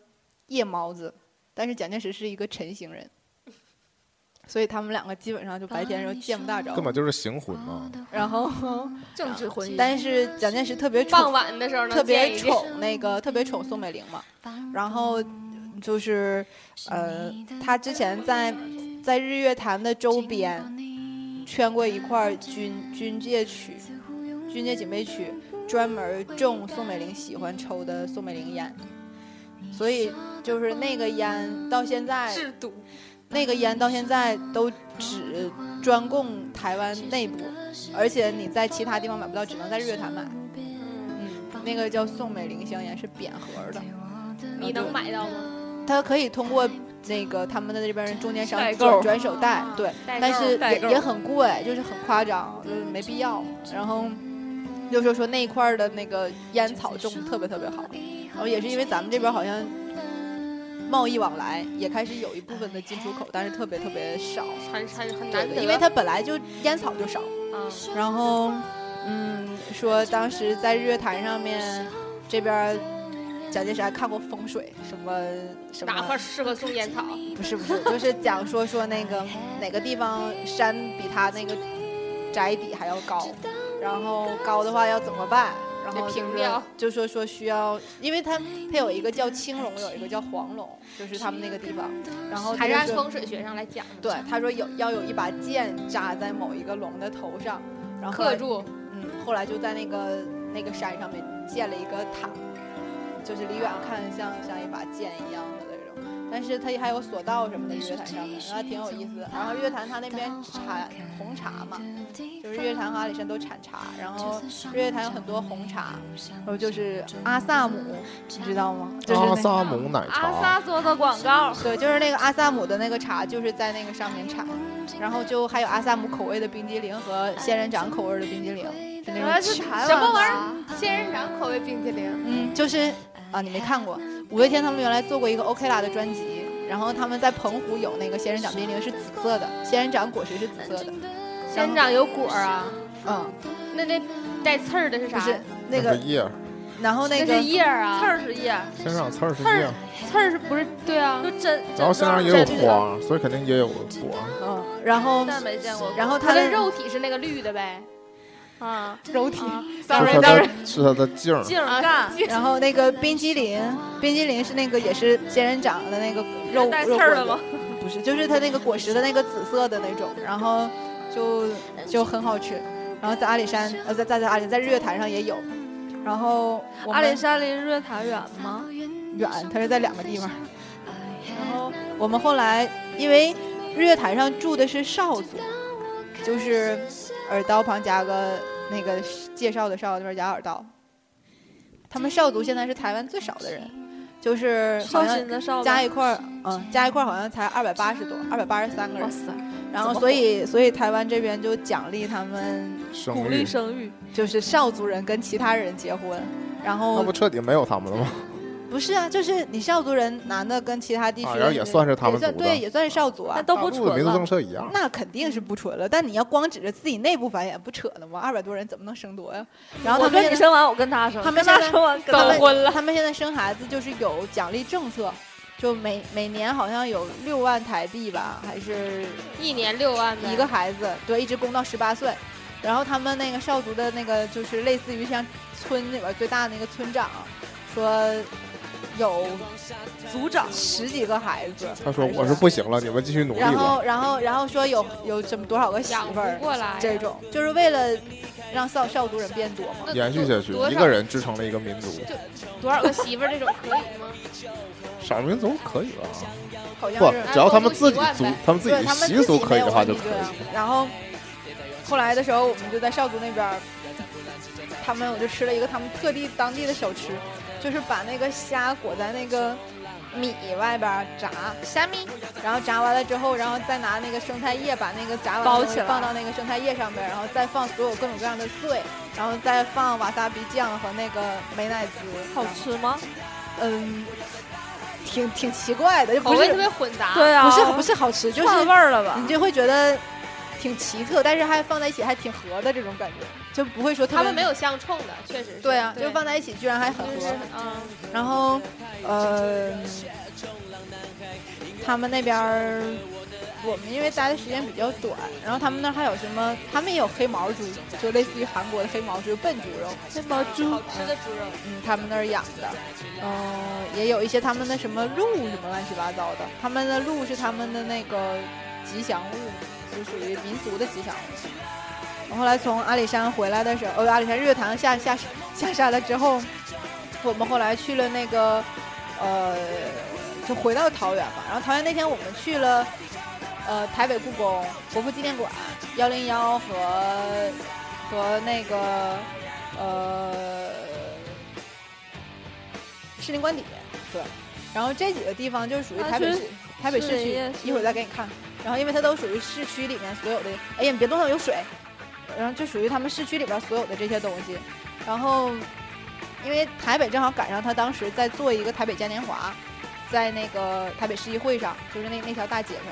S3: 夜猫子，但是蒋介石是一个晨行人，所以他们两个基本上就白天的时候见不大着
S1: 根。本就是行魂嘛。
S3: 然后，
S4: 政治婚姻，
S3: 但是蒋介石特别
S6: 傍
S3: 宠，
S6: 晚的时候能
S3: 特
S6: 见
S3: 别
S6: 一见，
S3: 宠那个特别宠宋美龄嘛，然后就是呃，他之前在在日月潭的周边圈过一块军军界区，军界警备区，专门种宋美龄喜欢抽的宋美龄烟，所以就是那个烟到现在，
S6: 制毒，
S3: 那个烟到现在都只专供台湾内部，而且你在其他地方买不到，只能在日月潭买。嗯，那个叫宋美龄香烟是扁盒的，
S6: 你能买到吗？
S3: 它可以通过那个他们的这边人中间商
S4: 代购
S3: 转转手带，对，
S6: 代
S3: 但
S6: 购
S3: 是
S4: 代购
S3: 也也很贵，就是很夸张，就是没必要。然后就说说那一块儿的那个烟草种的特别特别好，然后也是因为咱们这边好像贸易往来也开始有一部分的进出口，但是特别特别少，
S6: 很很很难
S3: 对
S6: 得，
S3: 的，因为它本来就烟草就少，
S6: 啊，
S3: 然后，嗯，说当时在日月潭上面这边儿，蒋介石还看过风水，什么什么，哦
S6: 哪块适合种烟草？
S3: 不是不是， 就是讲说说那个哪个地方山比他那个宅邸还要高，然后高的话要怎么办？然后
S6: 得平
S3: 就是
S6: 掉
S3: 就说说需要，因为它它有一个叫青龙，有一个叫黄龙，就是他们那个地方，然后
S6: 还是
S3: 他
S6: 按
S3: 就说
S6: 风水学上来讲的，
S3: 对，他说有要有一把剑扎在某一个龙的头上，然后后来
S6: 克住
S3: 嗯，后来就在那个那个山上面建了一个塔，就是离远看像像一把剑一样的那种。但是它还有索道什么的，日月潭上面，然后挺有意思的。然后日月潭它那边产红茶嘛，就是日月潭和阿里山都产茶，然后日月潭有很多红茶，然后就是阿萨姆，你知道吗？就是那
S1: 阿
S3: 个
S1: 哦萨姆奶
S4: 阿
S1: 茶，
S4: 萨做的广告，
S3: 对，就是那个阿萨姆的那个茶，就是在那个上面产，然后就还有阿萨姆口味的冰激凌和仙人掌口味的冰激凌，就
S4: 原来
S3: 那种
S4: 是
S3: 曲
S4: 台湾
S6: 什么玩
S4: 意
S6: 意儿？仙人掌口味冰淇淋，
S3: 嗯，就是啊，你没看过五月天他们原来做过一个 OK 啦的专辑，然后他们在澎湖有那个仙人掌冰激凌是紫色的，仙人掌果实是紫色的，
S6: 仙人掌有果儿啊？
S3: 嗯，
S6: 那这带刺儿的是啥
S3: 就？是那
S1: 那
S3: 个，
S1: 叶儿，
S3: 然后那
S6: 那
S3: 个
S6: 是叶儿啊，
S4: 刺儿是叶，
S1: 身上刺儿是
S6: 刺儿
S1: 叶儿，
S6: 刺儿是不是？对啊，
S4: 就真，
S1: 然后
S4: 真
S1: 身上也
S4: 的
S1: 有
S4: 真的
S1: 花，所以肯定也有果。
S3: 嗯，然后
S4: 但没见过。
S3: 然后
S6: 它
S3: 它
S6: 的肉体是那个绿的呗。啊
S3: 肉体，
S6: 啊
S1: 是
S6: ，sorry
S1: 它
S6: sorry，啊
S1: 的，是它的茎儿，
S4: 净干，
S3: 然后那个冰激凌，冰激凌是那个也是仙人掌的那个肉
S4: 带刺
S3: 肉
S4: 儿
S3: 果
S4: 了
S3: 的
S4: 吗？
S3: 不是，就是它那个果实的那个紫色的那种，然后就就
S4: 啊
S3: 很好吃。然后在阿里山，呃，在在在阿里在日月潭上也有。然后我
S4: 阿
S3: 们
S4: 里山离日月潭远吗？
S3: 远，它是在两个地方。然后我们后来因为日月潭上住的是少佐，就是耳刀旁加个那个介绍的少，那边加耳刀。他们少族现在是台湾最少的人，
S6: 啊
S3: 就是好
S4: 绍
S3: 像
S4: 兴的绍
S3: 加
S4: 吧，
S3: 一块儿，嗯，加一块儿好像才二百八十多，二百八十三个人
S4: 哇。塞，
S3: 然
S4: 怎
S3: 后
S4: 么
S3: 所以所以台湾这边就奖励他们，
S1: 生
S4: 鼓励
S1: 育，
S4: 生育，
S3: 就是少族人跟其他人结婚，然
S1: 那
S3: 后
S1: 不彻底没有他们了吗？
S3: 不是啊，就是你少族人男的跟其他地区
S1: 啊
S3: 的
S1: 然后也算是他们
S3: 也算
S1: 族的
S3: 对，也算是少族啊
S4: 那。都
S1: 大
S4: 不
S1: 陆的
S4: 纯
S1: 民族政
S4: 了。
S1: 策一样，
S3: 那肯定是不纯了，但你要光指着自己内部繁衍，不扯呢吗？二百多人怎么能生多呀？然后
S4: 我
S3: 他们
S4: 跟
S3: 现
S4: 你
S3: 在
S4: 生完，我跟他生；
S3: 他们
S4: 跟他
S3: 现在
S4: 生完，跟
S3: 他
S4: 他
S3: 们
S4: 生
S3: 了。他们现在生孩子就是有奖励政策，就每每年好像有六万台币吧，还是
S6: 一年六万呗
S3: 一个孩子，对，一直供到十八岁。然后他们那个少族的那个就是类似于像村里边最大的那个村长，说有
S4: 组长。
S3: 十几个孩子，
S1: 他说我是不行了，你们继续努力
S3: 然
S1: 吧。
S3: 后然后然后说有有这么多少个媳
S6: 养
S3: 妇儿
S6: 不，过来，
S3: 这种就是为了让少少族人变呃多嘛。
S6: 那
S1: 延续下去，
S6: 多
S1: 一
S6: 少
S1: 个人支撑了一个民族，
S6: 多少个媳妇儿这种可以吗？
S1: 少民族可以吧？
S3: 好像
S1: 不
S3: 是，
S1: 只要他们自己
S6: 习惯
S1: 族
S6: 呗，
S1: 他们自己
S3: 对
S1: 的
S3: 他们
S1: 习俗
S3: 己
S1: 可以
S3: 没
S1: 的
S3: 有
S1: 话
S3: 问
S1: 就
S3: 题
S1: 可
S3: 对啊
S1: 以。
S3: 然后后来的时候，我们就在少族那边儿，他们我就吃了一个他们特地当地的小吃，就是把那个虾裹在那个米外边儿炸，
S9: 虾米
S3: 然后炸完了之后，然后再拿那个生菜叶把那个炸完的
S4: 包
S3: 东西
S4: 起来
S3: 放到那个生菜叶上边儿，然后再放所有各种各样的碎，然后再放瓦萨比酱和那个美乃滋，
S4: 好吃吗？
S3: 嗯，挺挺奇怪的，就
S6: 口
S3: 不
S6: 味特
S3: 是
S6: 别混杂，
S4: 对啊，
S3: 不是不是好吃，就是
S4: 串味儿了吧
S3: 你？就会觉得挺奇特，但是还放在一起还挺合的这种感觉，就不会说特别
S6: 他们没有相冲的，确实是。
S3: 对啊，就
S6: 就
S3: 放在一起居然还很合。
S6: 是嗯，
S3: 然后，呃，他们那边儿我们因为待的时间比较短，然后他们那儿还有什么？他们也有黑毛猪，就类似于韩国的黑毛猪，笨猪肉，
S4: 黑毛猪
S6: 好吃的猪肉，
S3: 嗯，他们那儿养的。嗯、也有一些他们的什么鹿什么乱七八糟的，他们的鹿是他们的那个吉祥物，就属于民族的吉祥物。我后来从阿里山回来的时候，呃，阿里山日月潭下下下山了之后，我们后来去了那个，呃，就回到桃园嘛。然后桃园那天我们去了，呃，台北故宫、国父纪念馆、幺零幺和和那个，呃，士林官邸，对。然后这几个地方就属于
S4: 那
S3: 台北
S4: 是
S3: 市，台北市
S4: 是
S3: 区
S4: 也，
S3: 一会儿再给你看。然后因为它都属于市区里面所有的，哎呀，你别动它有水。然后就属于他们市区里边所有的这些东西。然后，因为台北正好赶上他当时在做一个台北嘉年华，在那个台北市议会上，就是那那条大街上，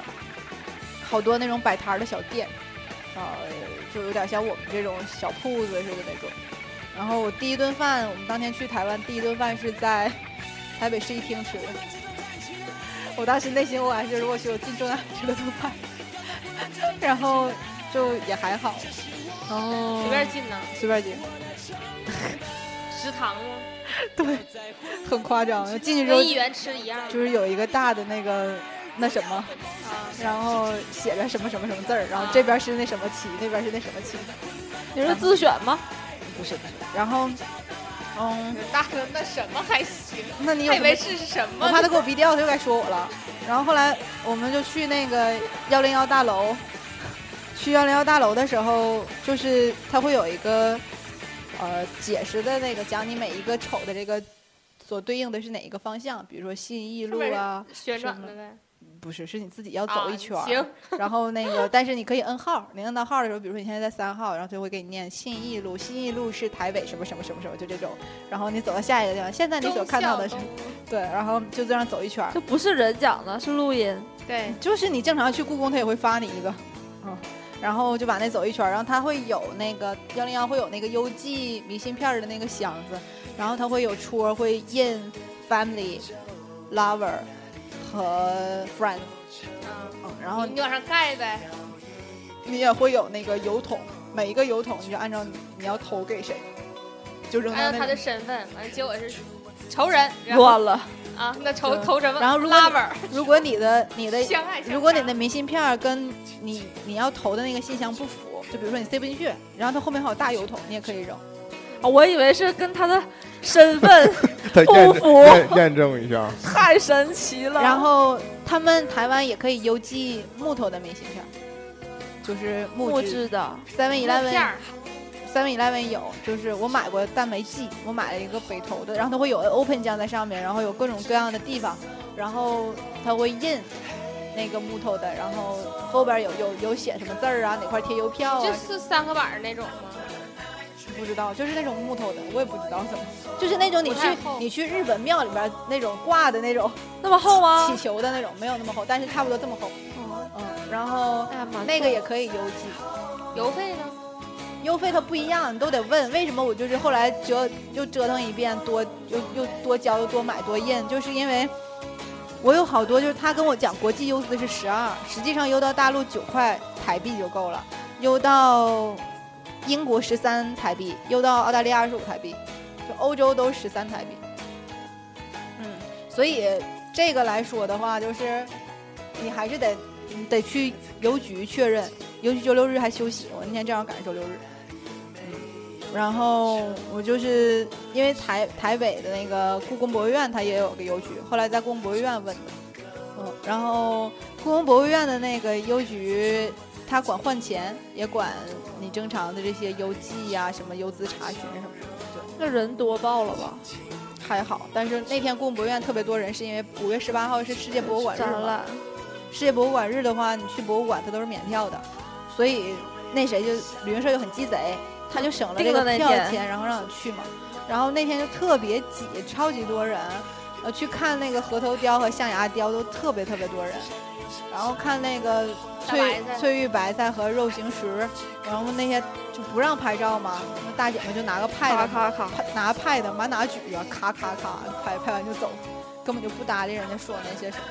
S3: 好多那种摆摊儿的小店，呃，就有点像我们这种小铺子似的那种。然后我第一顿饭，我们当天去台湾第一顿饭是在台北市一厅吃的。我当时内心我还是如果是我进中南海吃了顿饭，然后就也还好，然后
S6: 随便进呢，
S3: 随便 进，
S6: 食堂吗？
S3: 对，很夸张。进去之后
S6: 跟一元吃一样
S3: 就是有一个大的那个那什么，
S6: 啊。
S3: 然后写着什么什么什么字儿，然后这边是那什么旗，那边是那什么旗，
S4: 你是自选吗？
S3: 不是不是。然后，嗯，
S6: 大哥，那什么还行？
S3: 那你有
S6: 还
S3: 什
S6: 以
S3: 么
S6: 为是什
S3: 哎我
S6: 么？
S3: 怕他给我逼掉，他就该说我了。然后后来我们就去那个幺零幺大楼，去幺零幺大楼的时候，就是他会有一个呃解释的那个讲你每一个丑的这个所对应的是哪一个方向，比如说信义路啊，
S6: 旋转的呗，
S3: 不是，是你自己要走一
S6: 啊
S3: 圈儿、
S6: 行，
S3: 然后那个，但是你可以摁号，你摁到号的时候，比如说你现在在三号，然后就会给你念信义路，信义路是台北什么什么什么什么，就这种。然后你走到下一个地方，现在你所看到的是
S6: 忠孝
S3: 对，然后就这样走一圈儿，
S4: 这不是人讲的，是录音。
S6: 东对，
S3: 就是你正常去故宫，他也会发你一个，嗯， 然后就把那走一圈儿，然后它会有那个幺零幺会有那个邮寄明信片儿的那个箱子，然后它会有戳儿会印 family lover 和 friend，
S6: 嗯，
S3: 嗯，然后
S6: 你往上盖呗，
S3: 你也会有那个邮筒，每一个邮筒你就按照你要投给谁，就扔到
S6: 按照
S3: 那
S6: 他
S3: 里
S6: 的。身份，完了结果是仇人，然后
S4: 乱了，
S6: 啊，那仇
S3: 对
S6: 仇什么？
S3: 然后如果
S6: 拉
S3: 你
S6: 本儿
S3: 如果你的你的
S6: 相爱相杀，
S3: 如果你的明信片儿跟你你要投的那个信箱不符，就比如说你塞不进去，然后它后面还有大邮筒，你也可以扔。
S4: 啊我以为是跟他的身份
S1: 他 验证
S4: 不服
S1: 验验证一下，
S4: 太神奇了。
S3: 然后他们台湾也可以邮寄木头的明信片儿，就是木
S4: 木
S3: 质。
S4: 质的，
S3: Seven
S6: 木片
S3: Eleven
S6: 儿
S3: Seven Eleven 有，就是我买过，但没寄。我买了一个北投的，然后它会有 open 酱在上面，然后有各种各样的地方，然后它会印那个木头的，然后后边有有有写什么字儿啊，哪块贴邮票啊
S6: 就，是三个板儿那种吗？
S3: 不知道，就是那种木头的，我也不知道怎么，就是那种你
S6: 不
S3: 去
S6: 太厚
S3: 你去日本庙里边那种挂的那种
S7: 那么厚吗
S3: 祈？求的那种，没有那么厚，但是差不多这么厚。嗯，然后
S7: 哎呀妈，
S3: 那个也可以邮寄，
S6: 邮费呢？
S3: 邮费它不一样，你都得问为什么。我就是后来折又折腾一遍，多又又多交又多买多印，就是因为我有好多就是他跟我讲国际邮资是十二，实际上邮到大陆九块台币就够了，邮到英国十三台币，邮到澳大利亚二十五台币，就欧洲都十三台币。嗯，所以这个来说的话，就是你还是得你得去邮局确认。尤其周六日还休息，我那天正好赶上周六日。嗯，然后我就是因为台台北的那个故宫博物院，它也有个邮局，后来在故宫博物院问的。嗯，然后故宫博物院的那个邮局，它管换钱，也管你正常的这些邮寄呀、什么邮资查询什么的。对，
S7: 那人多爆了吧？
S3: 还好。但是那天故宫博物院特别多人，是因为五月十八号是世界博物馆日
S7: 展
S3: 嘛
S7: 览。
S3: 世界博物馆日的话，你去博物馆它都是免票的，所以那谁就旅行社就很鸡贼，他就省了这
S7: 定了
S3: 个
S7: 那
S3: 票
S7: 天
S3: 钱，然后让你去嘛。然后那天就特别挤，超级多人，呃，去看那个河头雕和象牙雕都特别特别多人，然后看那个翠
S6: 大白菜
S3: 翠玉白菜和肉形石，然后那些就不让拍照嘛，那大姐们就拿个 pad
S7: 咔咔咔，
S3: 拍拿 pad 满哪举啊，咔咔咔拍拍完就走，根本就不搭理人家说那些什么。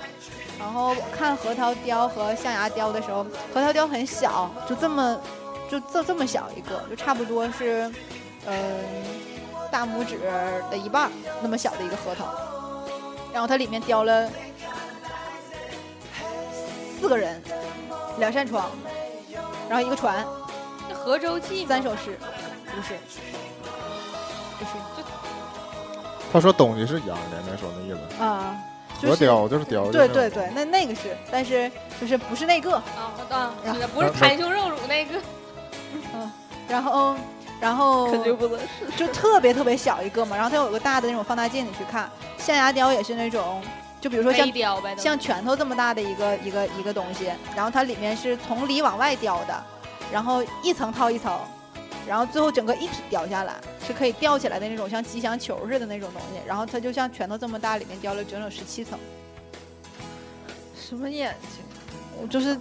S3: 然后看核桃雕和象牙雕的时候，核桃雕很小，就这么就这这么小一个，就差不多是嗯、大拇指的一半儿那么小的一个核桃，然后它里面雕了四个人，两扇窗，然后一个船，
S6: 这河州记吗
S3: 三？首诗，不是，不是。
S1: 他说东西是一样的，那说那意思，
S3: 啊，就
S1: 我
S3: 是
S1: 雕就是雕，
S3: 对
S1: 就是
S3: 对对，那那个是，但是就是不是那个，
S6: 啊，我当然了不是含羞肉乳那个，
S3: 然后然后
S7: 肯定不能是。
S3: 就特别特别小一个嘛，然后它有个大的那种放大镜，你去看象牙雕也是那种，就比如说像
S6: 飞
S7: 哎
S6: 雕呗，都
S3: 像拳头这么大的一个一个一个东西，然后它里面是从里往外雕的，然后一层套一层，然后最后整个一体雕下来，是可以吊起来的那种像吉祥球似的那种东西，然后它就像拳头这么大，里面雕了整整十七层。
S7: 什么眼睛？
S3: 我就是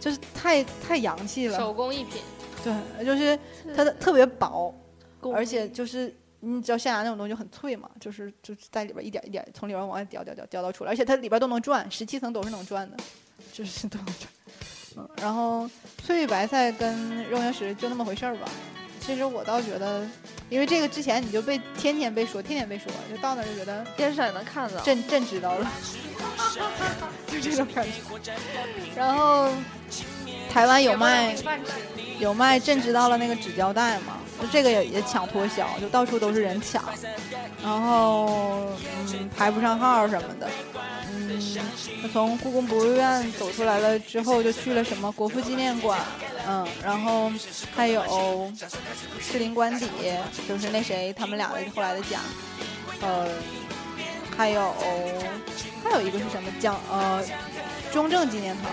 S3: 就是太太洋气了，
S6: 手工艺品，
S3: 对，就是它的特别薄，
S7: 工
S3: 而且就是你知道象牙那种东西就很脆嘛，就是就是在里边一点一点从里边往外掉掉掉掉到出来，而且它里边都能转，十七层都是能转的，就是都能转。嗯，然后翠玉白菜跟肉圆石就那么回事儿吧。其实我倒觉得，因为这个之前你就被天天被说，天天被说，就到那儿就觉得
S7: 电视也能看到。
S3: 朕朕知道了， 就这种感觉。然后台
S6: 哎
S3: 湾有卖
S6: 饭吃，
S3: 有卖朕知道了那个纸胶带嘛，就这个也也抢脱销，就到处都是人抢，然后嗯排不上号什么的，嗯，那从故宫博物院走出来了之后，就去了什么国父纪念馆，嗯，然后还有士林官邸，就是那谁他们俩的后来的家，呃，还有还有一个是什么蒋呃中正纪念堂。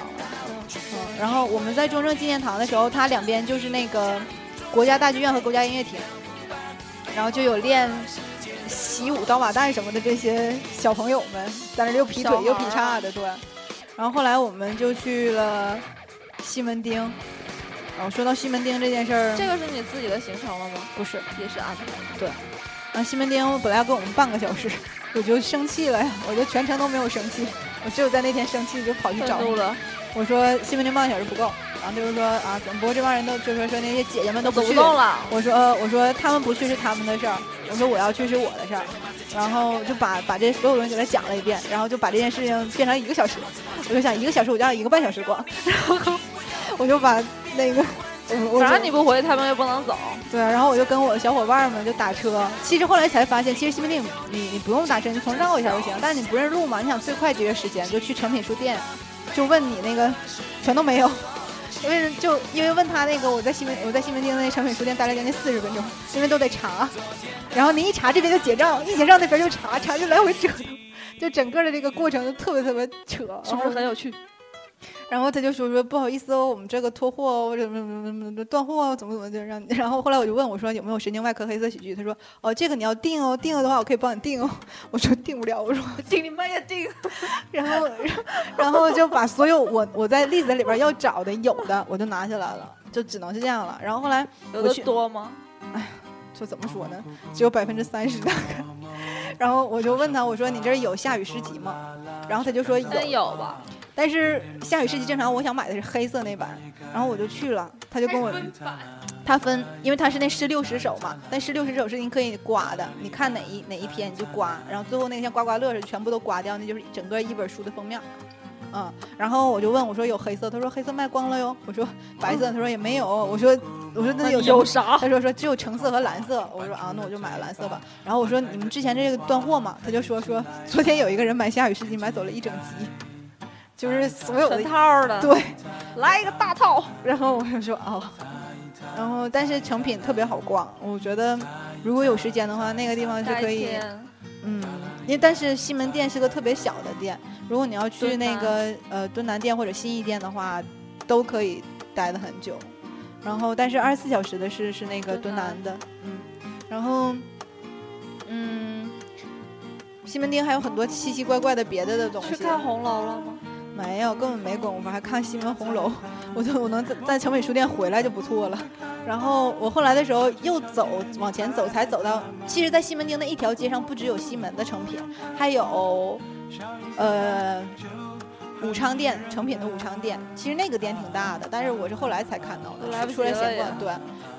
S3: 嗯，然后我们在中正纪念堂的时候，它两边就是那个国家大剧院和国家音乐厅，然后就有练习武、刀把旦什么的这些小朋友们在那儿又劈腿又劈叉的，对。然后后来我们就去了西门町。然后说到西门町这件事儿，
S7: 这个是你自己的行程了吗？
S3: 不是
S7: 也是安排的。
S3: 啊，西门町本来要给我们半个小时， 我就生气了呀，我就全程都没有生气，我只有在那天生气就跑去找
S7: 愤怒了，
S3: 我说西门町半个小时不够，然后他就说啊，怎么不过这帮人都就说说那些姐姐们都
S7: 走
S3: 去
S7: 不动了。
S3: 我说呃我说他们不去是他们的事儿，我说我要去是我的事儿，然后就把把这所有东西给他讲了一遍，然后就把这件事情变成一个小时，我就想一个小时我就让一个半小时逛， 然后我就把那个。我我
S7: 反
S3: 就
S7: 正你不回去，他们又不能走。
S3: 对，啊然后我就跟我的小伙伴们就打车。其实后来才发现，其实西门町你你不用打车，你从绕一下就行。但是你不认路嘛，你想最快节约时间，就去诚品书店，就问你那个全都没有。 因为就因为问他那个我在西门我在西门町那诚品书店待了将近四十分钟，因为都得查，然后你一查这边就结账，一结账那边就查，查就来回折腾，就整个的这个过程就特别特别扯。
S7: 是不是很有趣？
S3: 然后他就说说不好意思哦，我们这个脱货哦，或者怎么怎么怎么怎么断货哦，怎么怎么就让你。然后后来我就问我说有没有神经外科黑色喜剧？他说哦，这个你要定哦，定了的话我可以帮你定哦。我说定不了，我说
S6: 定你妈也定，
S3: 然后，然后就把所有我我在 list 里边要找的有的我就拿下来了，就只能是这样了。然后后来
S6: 有
S3: 我
S6: 的
S3: 去
S6: 多吗？
S3: 就怎么说呢，只有百分之三十大概。然后我就问他，我说你这儿有夏雨诗集吗？然后他就说有，
S6: 真有吧？
S3: 但是夏雨诗集正常我想买的是黑色那版，然后我就去了，他就跟我
S10: 分版，
S3: 他分，因为它是那十六十首嘛，但十六十首是你可以刮的，你看哪一哪一篇你就刮，然后最后那个像刮刮乐似的全部都刮掉，那就是整个一本书的封面。嗯，然后我就问我说有黑色，他说黑色卖光了哟。我说白色，他说也没有。我说我说那有什么
S6: 有啥？
S3: 他说说只有橙色和蓝色，我说啊，那我就买了蓝色吧。然后我说你们之前这个断货嘛，他就说说昨天有一个人买下雨诗集买走了一整集，就是所有的
S6: 全套的，
S3: 对，
S6: 来一个大套。
S3: 然后我就说哦，然后但是成品特别好逛，我觉得如果有时间的话，那个地方是
S6: 改
S3: 可以，
S6: 天
S3: 嗯，因为但是西门店是个特别小的店，如果你要去
S6: 敦
S3: 那
S6: 南
S3: 个呃敦南店或者新义店的话，都可以待的很久。然后但是二十四小时的是是那个
S6: 敦
S3: 敦
S6: 南
S3: 南的，嗯，然后嗯。西门町还有很多奇奇怪怪的别的的东西。
S6: 去看红楼了吗？
S3: 没有，根本没功夫，还看西门红楼。 我就我能在在成品书店回来就不错了。然后我后来的时候又走往前走，才走到，其实，在西门町那一条街上，不只有西门的成品，还有，呃，武昌店成品的武昌店。其实那个店挺大的，但是我是后来才看到
S6: 都来
S3: 的，
S6: 不及
S3: 出来
S6: 了
S3: 闲
S6: 也
S3: 逛对。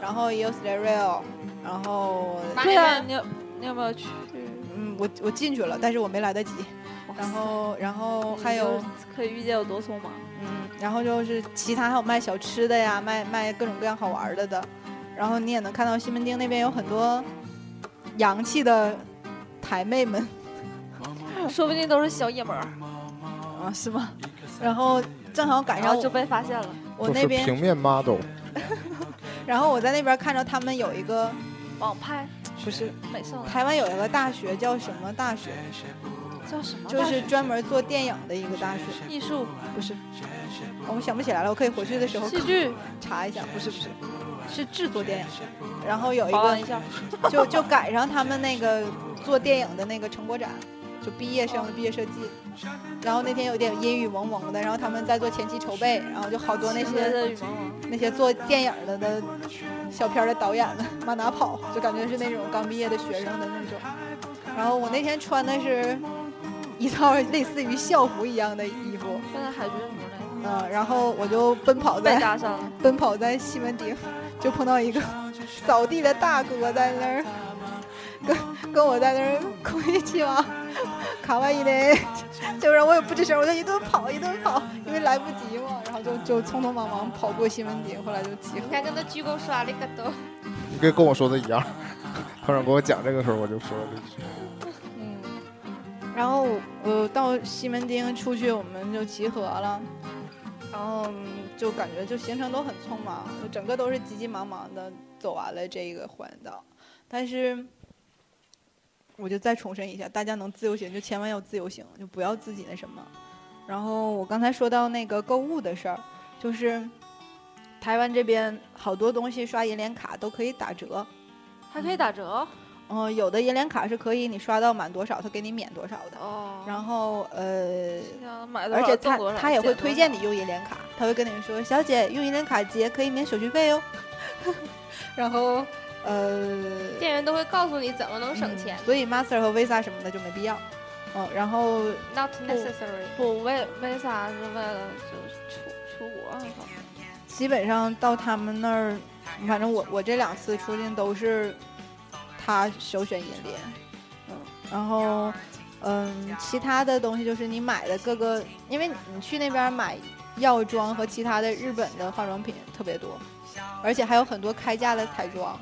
S3: 然后也有 Stereo，然后
S6: 对呀，你有你有没有去？
S3: 嗯，我我进去了，但是我没来得及。然后然
S10: 哦
S3: 后还有。
S6: 可以预见有多匆忙。
S3: 嗯，然后就是其他还有卖小吃的呀，卖卖各种各样好玩儿的的，然后你也能看到西门町那边有很多洋气的台妹们哎
S6: 说不定都是小野猫，
S3: 啊，是吗？然后正好赶
S6: 然
S3: 上
S6: 后就
S3: 我
S6: 被发现了。
S3: 我
S1: 都
S3: 那
S1: 是
S3: 边，
S1: 平面 model，
S3: 然后我在那边看着他们有一个
S6: 网拍
S3: 不是
S6: 美少男
S3: 台湾有一个大学叫什么大学，
S6: 叫什么哦大学？
S3: 就是专门做电影的一个大学，
S6: 艺术
S3: 不是，哦我想不起来了，我可以回去的时候
S6: 戏剧，
S3: 查一下，不是不是，是制作电影的，然后有一
S6: 保
S3: 个
S6: 养一下。
S3: 就就赶上他们那个做电影的那个成果展，就毕业生的毕业设计。然后那天有点阴雨蒙蒙的，然后他们在做前期筹备，然后就好多那
S6: 新闻
S3: 些嗯
S6: 的羽毛啊王，
S3: 那些做电影的的小片儿的导演们往哪跑，就感觉是那种刚毕业的学生的那种。然后我那天穿的是一套类似于校服一样的衣服，
S6: 现在海军服那个
S3: 嗯、然后我就奔跑
S6: 被
S3: 在
S6: 搭上了，
S3: 奔跑在西门町，就碰到一个 扫地的大哥在那儿，跟跟我在那儿哭一起 哇，卡哇伊嘞， 就让我也不吱声，我就一顿跑一顿跑，因为来不及嘛，然后就就匆匆忙忙跑过西门町，后来就集合
S10: 你。看跟他鞠躬说阿里嘎多，
S1: 你跟跟我说的一样。 团长跟我讲这个时候，我就说了这句
S3: 嗯，然后我到西门町出去，我们就集合了，然后嗯就感觉就行程都很匆忙，就整个都是急急忙忙的走完了这个环岛。但是，我就再重申一下，大家能自由行就千万要自由行，就不要自己那什么。然后我刚才说到那个购物的事儿，就是台湾这边好多东西刷银联卡都可以打折，
S6: 还可以打折
S3: 嗯、有的银联卡是可以你刷到满多少，它给你免多少的。
S6: 哦。
S3: 然后呃，
S6: 后买多
S3: 而
S6: 少
S3: 且
S6: 赠
S3: 他
S6: 多少
S3: 他也会推荐
S6: 减
S3: 你用银联卡，他会跟你说，小姐用银联卡结可以免手续费哦。然后呃，
S10: 店员都会告诉你怎么能省钱
S3: 嗯所以 Master 和 Visa 什么的就没必要。嗯，然后
S10: ，not necessary。
S6: 多少。不为为啥是为了就是出出国啊还是啥？
S3: 基本上到他们那儿，反正我我这两次出境都是他首选银联，嗯，然后嗯，其他的东西就是你买的各个，因为你去那边买药妆和其他的日本的化妆品特别多，而且还有很多开价的彩妆。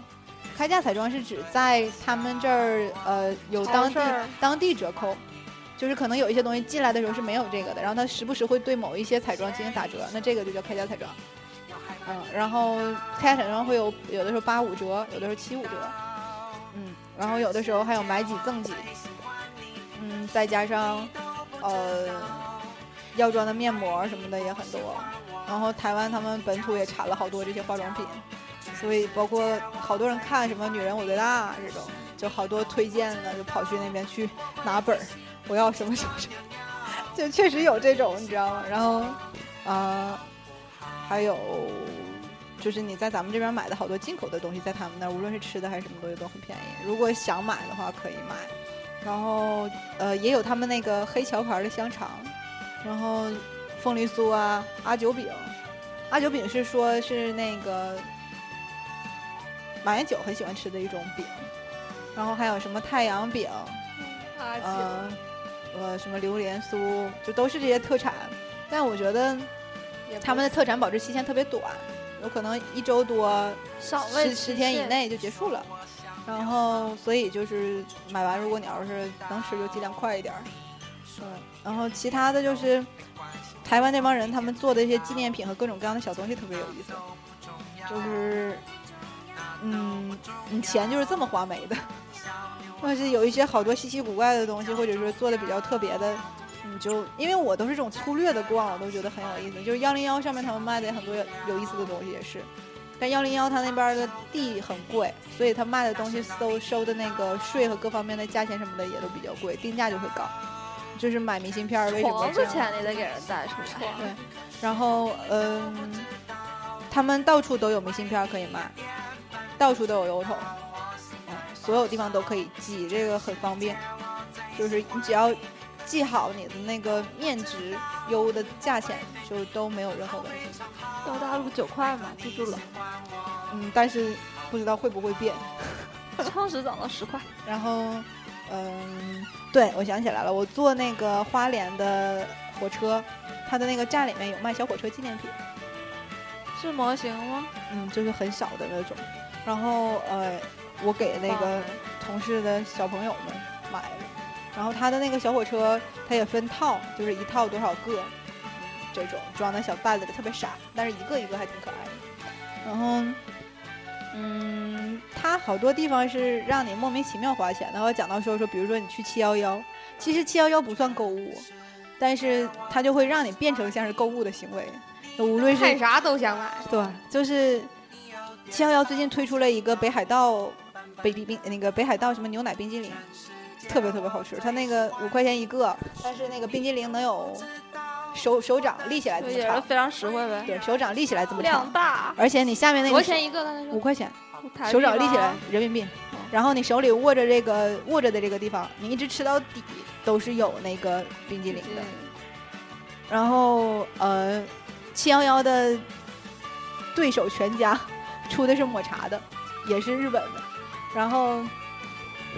S3: 开价彩妆是指在他们这儿，呃，有当地
S6: 超市儿
S3: 当地折扣，就是可能有一些东西进来的时候是没有这个的，然后它时不时会对某一些彩妆进行打折，那这个就叫开价彩妆。嗯，然后开价彩妆会有有的时候八五折，有的时候七五折，嗯，然后有的时候还有买几赠几，嗯，再加上呃药妆的面膜什么的也很多，然后台湾他们本土也产了好多这些化妆品，所以包括好多人看什么“女人我最大”这种，就好多推荐的就跑去那边去拿本儿，我要什么什么什么，就确实有这种你知道吗？然后，呃，还有就是你在咱们这边买的好多进口的东西，在他们那儿无论是吃的还是什么东西都很便宜，如果想买的话可以买。然后呃，也有他们那个黑桥牌的香肠，然后凤梨酥啊，阿九饼，阿九饼是说是那个马英九很喜欢吃的一种饼，然后还有什么太阳饼，
S10: 啊
S5: 阿九，
S3: 呃，呃什么榴莲酥，就都是这些特产。但我觉得他们的特产保质期限特别短，有可能一周多
S7: 少
S3: 十十天以内就结束了。然后，所以就是买完，如果你要是能吃，就尽量快一点儿。嗯，然后其他的就是台湾那帮人他们做的一些纪念品和各种各样的小东西特别有意思，就是嗯，你钱就是这么花没的，或者是有一些好多稀奇古怪的东西，或者说做的比较特别的。你就因为我都是这种粗略的逛，我都觉得很有意思。就是幺零幺上面他们卖的很多有有意思的东西也是，但幺零幺它那边的地很贵，所以他卖的东西收收的那个税和各方面的价钱什么的也都比较贵，定价就会高。就是买明信片儿为什么
S7: 黄
S3: 这
S7: 子
S3: 样？
S7: 钱你得给人带出来。
S3: 然后嗯，他们到处都有明信片儿可以卖，到处都有邮筒，嗯，所有地方都可以寄，这个很方便。就是你只要记好你的那个面值邮的价钱，就都没有任何问题。
S7: 到大陆九块嘛，记住 了，
S3: 嗯，但是不知道会不会变。
S7: 超市涨到十 块。
S3: 然后，嗯，对，我想起来了，我坐那个花莲的火车，它的那个站里面有卖小火车纪念品，
S7: 是模型吗？
S3: 嗯，就是很小的那种。然后，呃，我给那个同事的小朋友们买了。然后它的那个小火车，它也分套，就是一套多少个，这种装在小袋子里，特别傻，但是一个一个还挺可爱的。然后，嗯，它好多地方是让你莫名其妙花钱的。我讲到说说，比如说你去七幺幺，其实七幺幺不算购物，但是它就会让你变成像是购物的行为，无论是
S5: 看啥都想买。
S3: 对，就是七幺幺最近推出了一个北海道北冰冰那个北海道什么牛奶冰激凌，特别特别好吃。它那个五块钱一个，但是那个冰激凌能有手手掌立起来这
S7: 对，
S3: 么
S7: 也是
S3: 长，
S7: 非常实惠呗，
S3: 对，手掌立起来这么
S7: 量
S3: 长，
S7: 大。
S3: 而且你下面那
S7: 多
S3: 个
S7: 少钱一个？刚才
S3: 五
S7: 说
S3: 块钱，
S7: 台币
S3: 手掌立起
S7: 吧
S3: 来人民币，然后你手里握着这个握着的这个地方，你一直吃到底都是有那个冰激凌的。然后呃，七幺幺的对手全家 出的是抹茶的，也是日本的。然后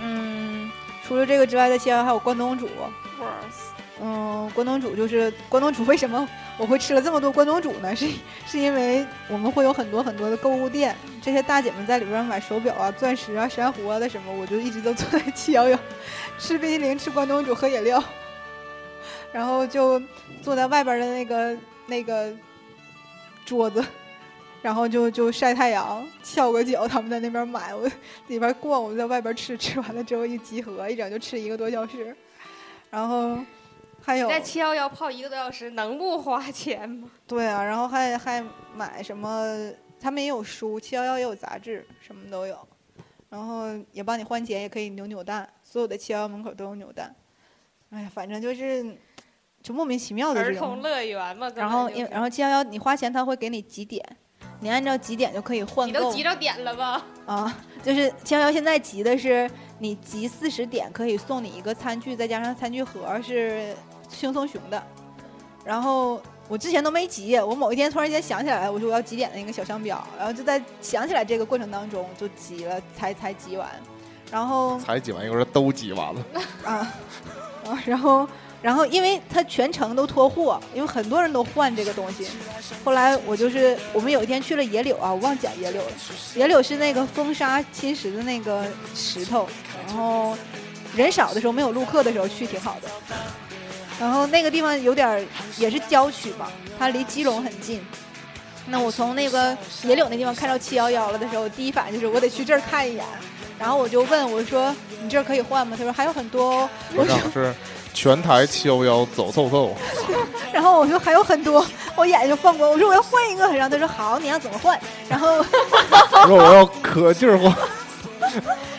S3: 嗯，除了这个之外，在七幺幺还有关东煮。嗯，关东煮就是关东煮。为什么我会吃了这么多关东煮呢？是 是因为我们会有很多很多的购物店，这些大姐们在里边买手表啊、钻石啊、珊瑚啊的什么，我就一直都坐在七幺幺， 吃冰淇淋、吃关东煮、喝饮料，然后就坐在外边的那个那个桌子，然后就就晒太阳、翘个脚。他们在那边买，我里边逛，我在外边吃，吃完了之后一集合，一整就吃一个多小时，然后。还有
S6: 在七幺幺泡一个多小时，能不花钱吗？
S3: 对啊，然后还还买什么？他们也有书，七幺幺也有杂志，什么都有。然后也帮你换钱，也可以扭扭蛋，所有的七幺幺门口都有扭蛋。哎呀，反正就是就莫名其妙的
S6: 儿
S3: 这
S6: 童
S3: 种。
S6: 乐园嘛，根
S3: 然后
S6: 本就
S3: 因
S6: 是
S3: 然后七幺幺你花钱，他会给你几点，你按照几点就可以换
S6: 你
S3: 购
S6: 都急着点了 吧？
S3: 啊。就是七幺幺现在集的是你集四十点可以送你一个餐具，再加上餐具盒是轻松熊的。然后我之前都没集，我某一天突然间想起来，我说我要集点那个小商标，然后就在想起来这个过程当中就集了，才才集完。然后
S1: 才挤完，一会儿都挤完 了。
S3: 啊，啊然后然后因为它全程都拖货，因为很多人都换这个东西。后来我就是我们有一天去了野柳啊，我忘讲野柳了。野柳是那个风沙侵蚀的那个石头，然后人少的时候没有路客的时候去挺好的。然后那个地方有点儿也是郊区嘛，它离基隆很近。那我从那个野柳那地方看到七幺幺了的时候，第一反应就是我得去这儿看一眼。然后我就问我说：“你这儿可以换吗？”他说：“还有很多哦。”
S1: 我
S3: 我
S1: 想
S3: 说
S1: 是全台七幺幺走凑凑，
S3: 然后我说还有很多， 我眼睛放光，我说我要换一个，然后他说好，你要怎么换？然后，
S1: 我说我要可劲儿晃，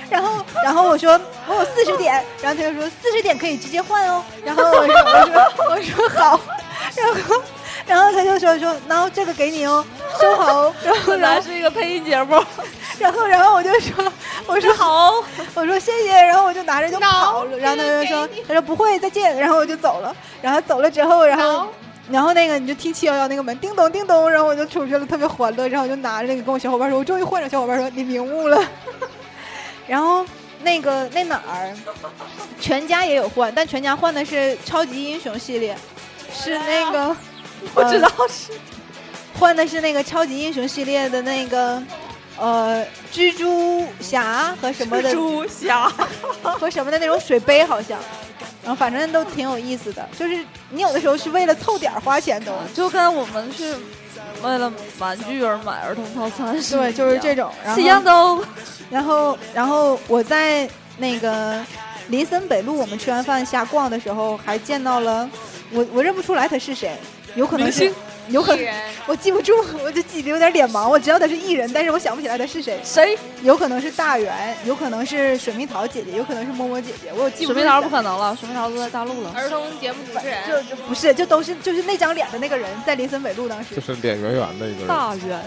S3: 然后，然后我说我有四十点，然后他就说四十点可以直接换哦。然后我说我说我说好，然后然后他就说说那这个给你哦，收好哦。然后然后
S7: 是一个配音 节目，
S3: 然后然后我就说我说好，我说谢谢，然后我就拿着就跑了。然后他就说他说不会再见，然后我就走了。然后走了之后，然后。然后那个你就听七幺幺那个门叮咚叮咚，然后我就出去了，特别欢乐。然后我就拿着那个跟我小伙伴说，我终于换上。小伙伴说你明悟了。 然后那个那哪儿，全家也有换，但全家换的是超级英雄系列，是那个嗯
S7: 不知道 是
S3: 换的是那个超级英雄系列的那个呃蜘蛛侠和什么的
S7: 猪侠，
S3: 和什么的那种水杯好像，然后反正都挺有意思的。就是你有的时候是为了凑点儿花钱都，
S7: 就跟我们去为了玩具而买儿童套餐是
S3: 对，就是这
S7: 种，
S3: 种。然
S7: 是一样
S3: 后
S7: 的哦。
S3: 然后然后我在那个林森北路，我们吃完饭瞎逛的时候，还见到了我我认不出来他是谁，有可能
S7: 明
S3: 是
S7: 星
S3: 有可
S6: 艺
S3: 能。
S6: 人
S3: 我记不住，我就记得有点脸盲。我知道他是艺人，但是我想不起来他是谁。
S7: 谁？
S3: 有可能是大圆，有可能是水蜜桃姐姐，有可能是摸摸姐姐，我有记
S7: 水
S3: 不住。
S7: 蜜桃不可能了，水蜜桃都在大陆了。
S6: 儿童节目主持人，
S3: 就就不是，就都是就是那张脸的那个人，在林森北路当时
S1: 就，是脸圆圆的一个人，
S7: 大圆，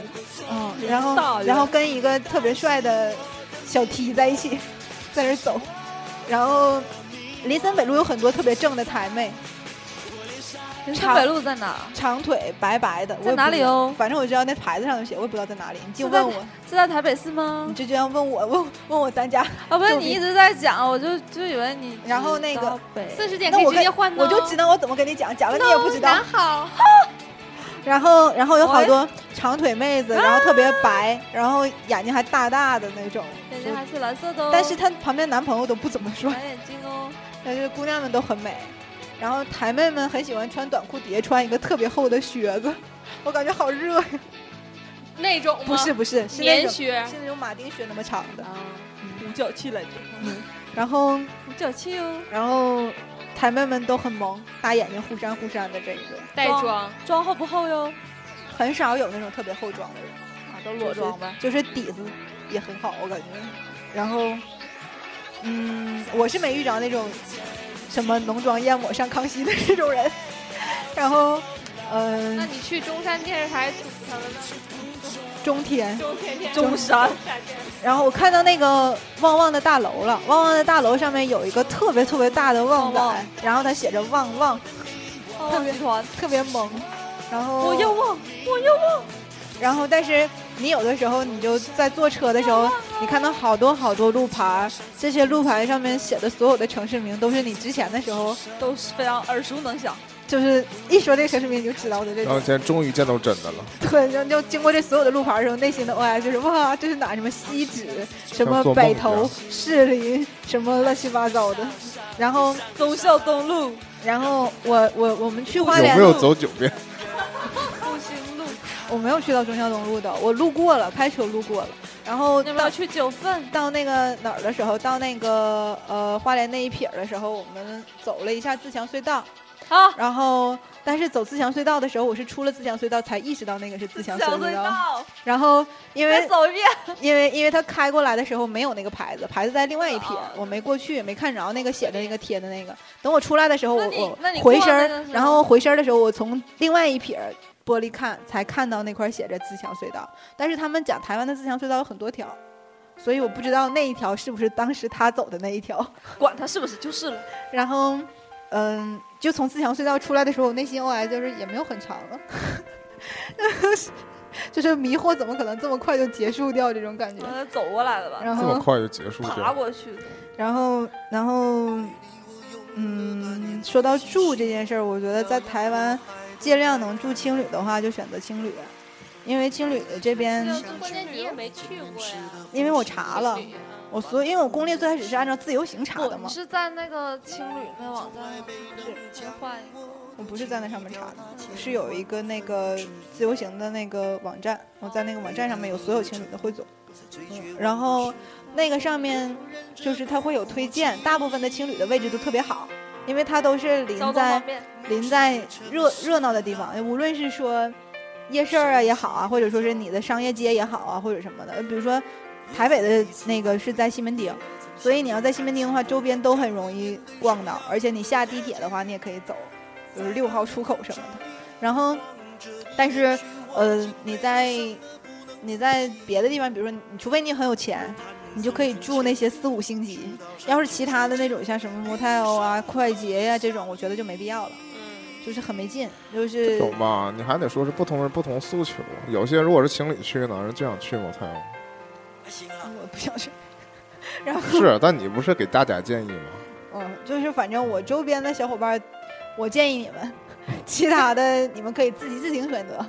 S3: 嗯，然
S7: 哦大
S3: 后
S7: 圆
S3: 然后跟一个特别帅的小 T 在一起， 在那儿走，然后林森北路有很多特别正的台妹，
S7: 林森北路在哪？
S3: 长腿白白的，我也
S7: 在哪里哦
S3: 不知道反正我知道那牌子上就写，我也不知道在哪里，你就是
S7: 在
S3: 问我，
S7: 是在台北市吗
S3: 你？就这样问我，问问我咱 家，
S7: 啊，不是，
S3: 就
S7: 你一直在讲，我就就以为你。
S3: 然后那个
S6: 四十点可
S3: 那
S6: 以
S3: 我
S6: 直
S3: 跟
S6: 接换呢。
S3: 我就知道我怎么跟你讲，讲了你也不知道。
S6: 拿好，
S3: 然后，然后有好
S7: 我
S3: 多长腿妹子，然后特别白，然后眼睛还大大的那种。
S7: 眼睛还是蓝色的哦，
S3: 但是她旁边男朋友都不怎么帅，
S7: 蓝眼睛哦。
S3: 但是姑娘们都很美。然后台妹们很喜欢穿短裤，底下穿一个特别厚的靴子， 我感觉好热呀。
S6: 那种吗
S3: 不是不是，是那
S6: 棉
S3: 种
S6: 靴，
S3: 是那种马丁靴那么长的。
S7: 哦
S3: 嗯
S7: 五角七来着，
S3: 然后，
S7: 五角七哦，
S3: 然后台妹们都很萌，大眼睛忽闪忽闪的这个，
S6: 带妆，
S7: 妆厚哦不厚哟？
S3: 很少有那种特别厚妆的人。
S7: 啊，都裸妆呗。
S3: 就是底子也很好，我感觉。然后，嗯，我是没遇着那种什么浓妆艳抹上康熙的这种人。然后，嗯、
S6: 那你去中山电视台吐槽了吗？
S3: 中天，
S6: 中天电视
S7: 中山
S6: 台，
S3: 然后我看到那个旺旺的大楼了，旺旺的大楼上面有一个特别特别大的旺仔，
S7: 旺旺
S3: 然后它写着旺旺，
S7: 旺旺集团，
S3: 特别萌。然后
S7: 我要旺，我要旺，
S3: 然后，但是你有的时候你就在坐车的时候，你看到好多好多路牌儿，这些路牌上面写的所有的城市名，都是你之前的时候，
S7: 都是非常耳熟能详。
S3: 就是一说这个城市名你就知道的这
S1: 然后
S3: 种。
S1: 现在终于见到真的了，
S3: 对，然后就经过这所有的路牌儿的时候，内心的 OS 就是哇，这是哪？什么西直，什么
S1: 像做梦一
S3: 北
S1: 样
S3: 头、士林，什么乱七八糟的。然后，
S7: 忠孝东路、
S3: 然后我我我们去花
S1: 有
S3: 莲
S1: 没有
S3: 路，
S1: 走九遍？
S7: 复兴路，
S3: 我没有去到中孝东路的，我路过了，开车路过了。然后
S7: 你有没
S3: 到
S7: 有去九份？
S3: 到那个哪儿的时候，到那个呃花莲那一撇儿的时候，我们走了一下自强隧道，
S7: 啊，
S3: 然后但是走自强隧道的时候，我是出了自强隧道才意识到那个是自强
S7: 小
S3: 隧
S7: 隧
S3: 道。
S7: 道，
S3: 然后因
S7: 再
S3: 为
S7: 走一遍。
S3: 因为因为他开过来的时候没有那个牌子，牌子在另外一撇儿
S7: 哦，
S3: 我没过去，没看着那个写的那个贴的那个。等我出来的时候，
S7: 那
S3: 我
S7: 你那你
S3: 我
S7: 过
S3: 回身
S7: 那个
S3: 儿
S7: 时，候
S3: 然后回身儿的时候，我从另外一撇儿玻璃看，才看到那块儿写着自强隧道。但是他们讲台湾的自强隧道有很多条，所以我不知道那一条是不是当时他走的那一条。
S7: 管他是不是就是了，
S3: 然后，嗯，就从自强隧道出来的时候，我内心 OS 就是也没有很长 了， 就是迷惑怎么可能这么快就结束掉这种感觉。
S7: 呃走过来的吧，
S3: 然
S1: 这
S3: 后
S1: 么快就结束
S7: 爬
S1: 掉？
S7: 过去的。
S3: 然后，然后，嗯，说到住这件事儿，我觉得在台湾尽量能住青旅的话，就选择青旅，因为青旅这边，
S6: 关键你也没去过呀。
S3: 因为我查了，我所有因为我攻略最开始是按照自由行查的
S7: 我
S3: 嘛
S7: 你，是在那个青旅那网站吗？是，换一个。
S3: 我不是在那上面查的，是有一个那个自由行的那个网站，我在那个网站上面有所有青旅的汇总，嗯然后那个上面就是它会有推荐，大部分的青旅的位置都特别好，因为它都是临
S5: 交通
S3: 在
S5: 方便，
S3: 临在热热闹的地方，哎无论是说夜市儿啊也好啊，或者说是你的商业街也好啊，或者什么的。比如说台北的那个是在西门町，所以你要在西门町的话，周边都很容易逛到，而且你下地铁的话，你也可以走，就是六号出口什么的。然后，但是呃，你在你在别的地方，比如说你，除非你很有钱。你就可以住那些四五星级，要是其他的那种像什么 motel 啊、快捷呀、这种，我觉得就没必要了。
S5: 嗯，
S3: 就是很没劲，就是
S1: 懂吧？你还得说是不同人不同诉求，有些如果是情侣去呢，人就想去 motel，
S3: 嗯我不想去。然后，
S1: 是，但你不是给大家建议吗？
S3: 嗯，就是反正我周边的小伙伴儿，我建议你们， 其他的你们可以自己自行选择，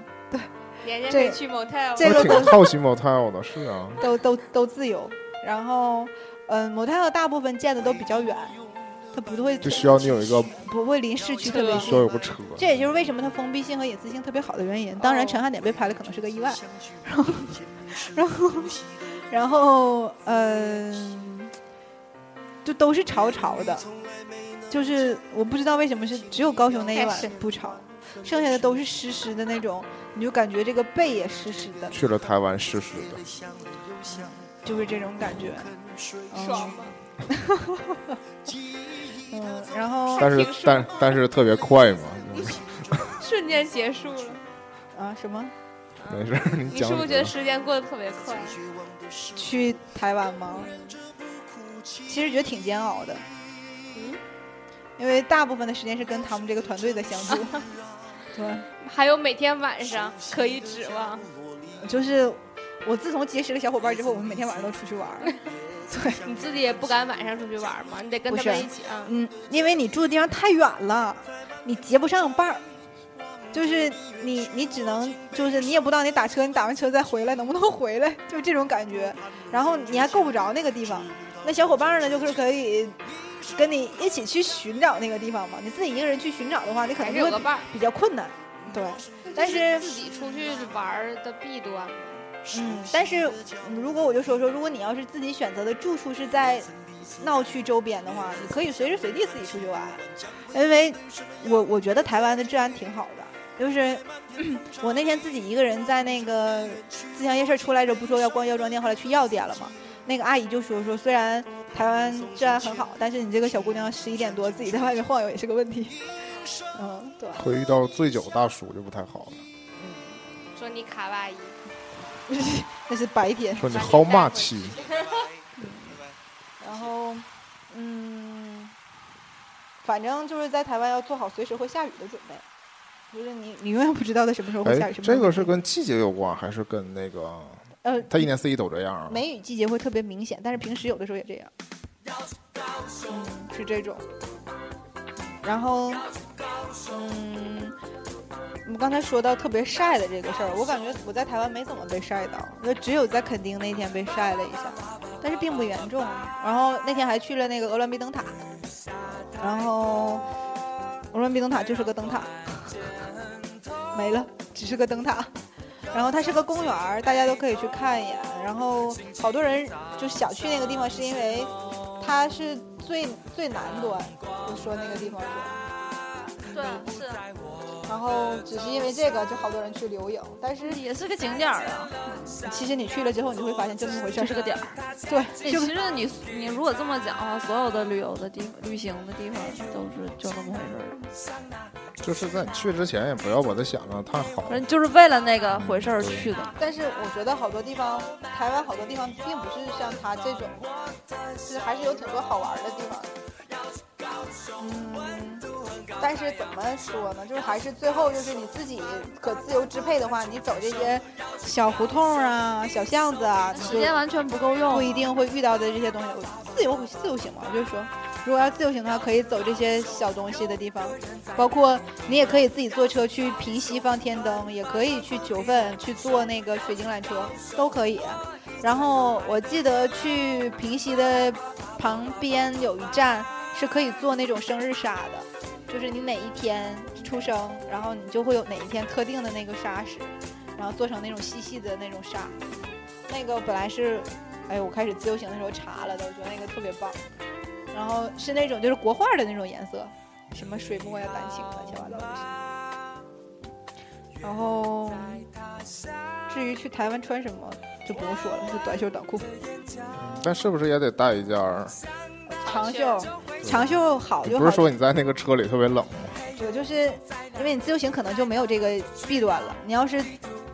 S6: 年年可
S3: 这
S6: 以去 motel，
S3: 这
S1: 我
S3: 个
S1: 挺好奇 motel 的，是啊，
S3: 都都都自由。然后，嗯，motel 大部分建的都比较远，它不会
S1: 就需要你有一个
S3: 不会离市区特别
S1: 需要
S3: 近。
S1: 有个车，
S3: 嗯这也就是为什么它封闭性和隐私性特别好的原因。当然，陈汉典被拍了可能是个意外，然后，然后，然后，嗯、就都是潮潮的，就是我不知道为什么是只有高雄那一
S6: 开始
S3: 晚不潮，剩下的都是湿湿的那种，你就感觉这个背也湿湿的，
S1: 去了台湾试试的，
S3: 就是这种感觉，嗯
S6: 爽吗？
S3: 嗯，然后
S1: 但是但但是特别快嘛，
S6: 瞬间结束了。
S3: 啊什么
S1: 没事儿， 你
S6: 你是
S1: 讲
S6: 不是
S1: 你
S6: 觉得
S1: 的。
S6: 时间过得特别快？
S3: 去台湾吗？其实觉得挺煎熬的，因为大部分的时间是跟他们这个团队在相处，对。
S6: 还有每天晚上可以指望，
S3: 就是我自从结识了小伙伴之后，我们每天晚上都出去玩儿。对，
S6: 你自己也不敢晚上出去玩嘛，你得跟
S3: 不
S6: 他
S3: 是
S6: 们一起啊。
S3: 嗯，因为你住的地方太远了，你结不上伴儿，就是你你只能就是你也不知道你打车，你打完车再回来能不能回来，就这种感觉。然后你还够不着那个地方，那小伙伴呢就是可以跟你一起去寻找那个地方嘛。你自己一个人去寻找的话，你可
S5: 还
S3: 能
S5: 是有个
S3: 会
S5: 伴儿。
S3: 比较困难。对，但是
S5: 自己出去玩儿的弊端嘛，
S3: 嗯，但是嗯如果我就说说，如果你要是自己选择的住处是在闹区周边的话，你可以随时随地自己出去玩，因为我我觉得台湾的治安挺好的。就是 我那天自己一个人在那个自强夜市出来着，不说要逛药妆店，后来去药店了嘛。那个阿姨就说说，虽然台湾治安很好，但是你这个小姑娘十一点多自己在外面晃悠也是个问题。嗯，对。
S1: 会遇到醉酒大叔就不太好了，
S6: 说你卡哇伊，
S3: 那是白天。
S1: 说你 how much？
S3: 然后，嗯，反正就是在台湾要做好随时会下雨的准备，就是你你永远不知道它什么时候会下
S1: 哎
S3: 雨。，什么时
S1: 这
S3: 候
S1: 个
S3: 会
S1: 是跟季节有关，还是跟那个
S3: 呃
S1: 他一年四季都这样啊？
S3: 梅雨季节会特别明显，但是平时有的时候也这样，嗯，是这种。然后，嗯，我们刚才说到特别晒的这个事儿，我感觉我在台湾没怎么被晒到，就只有在垦丁那天被晒了一下，但是并不严重。然后那天还去了那个鹅銮鼻灯塔，然后鹅銮鼻灯塔就是个灯塔，没了，只是个灯塔。然后它是个公园儿，大家都可以去看一眼。然后好多人就想去那个地方，是因为它是最最南端，就说那个地方是。
S5: 对啊，是啊
S3: 然后只是因为这个，就好多人去留影。但是
S5: 也是个景点儿啊，
S3: 其实你去了之后，你会发现就那么回事
S5: 就
S3: 儿。
S5: 是个点儿。
S3: 对，
S5: 哎
S3: 就
S5: 其实你你如果这么讲的话，所有的旅游的地旅行的地方都是就那么回事儿，
S1: 就是在你去之前也不要把它想的太好
S5: 反。正就是为了那个回事儿去的。
S3: 但是我觉得好多地方，台湾好多地方并不是像它这种，就是还是有挺多好玩的地方。嗯，但是怎么说呢？就是还是最后就是你自己可自由支配的话，你走这些小胡同啊、小巷子啊，你
S5: 时间
S3: 就
S5: 完全不够
S3: 不
S5: 用，
S3: 一定会遇到的这些东西。自由自由行嘛，就是说，如果要自由行的话，可以走这些小东西的地方，包括你也可以自己坐车去平西放天灯，也可以去九份去坐那个水晶缆车，都可以。然后我记得去平西的旁边有一站是可以做那种生日沙的，就是你哪一天出生，然后你就会有哪一天特定的那个沙石，然后做成那种细细的那种沙。那个本来是，哎，我开始自由行的时候查了的，我觉得那个特别棒。然后是那种就是国画的那种颜色，什么水墨呀、感情乱七八糟的东西。然后，至于去台湾穿什么，就不用说了，就短袖短裤、
S1: 但是不是也得带一件儿？
S3: 长袖。长袖好
S1: 你
S3: 就
S1: 不是
S3: 好，
S1: 说你在那个车里特别冷吗？
S3: 我就是因为你自由行可能就没有这个弊端了。你要是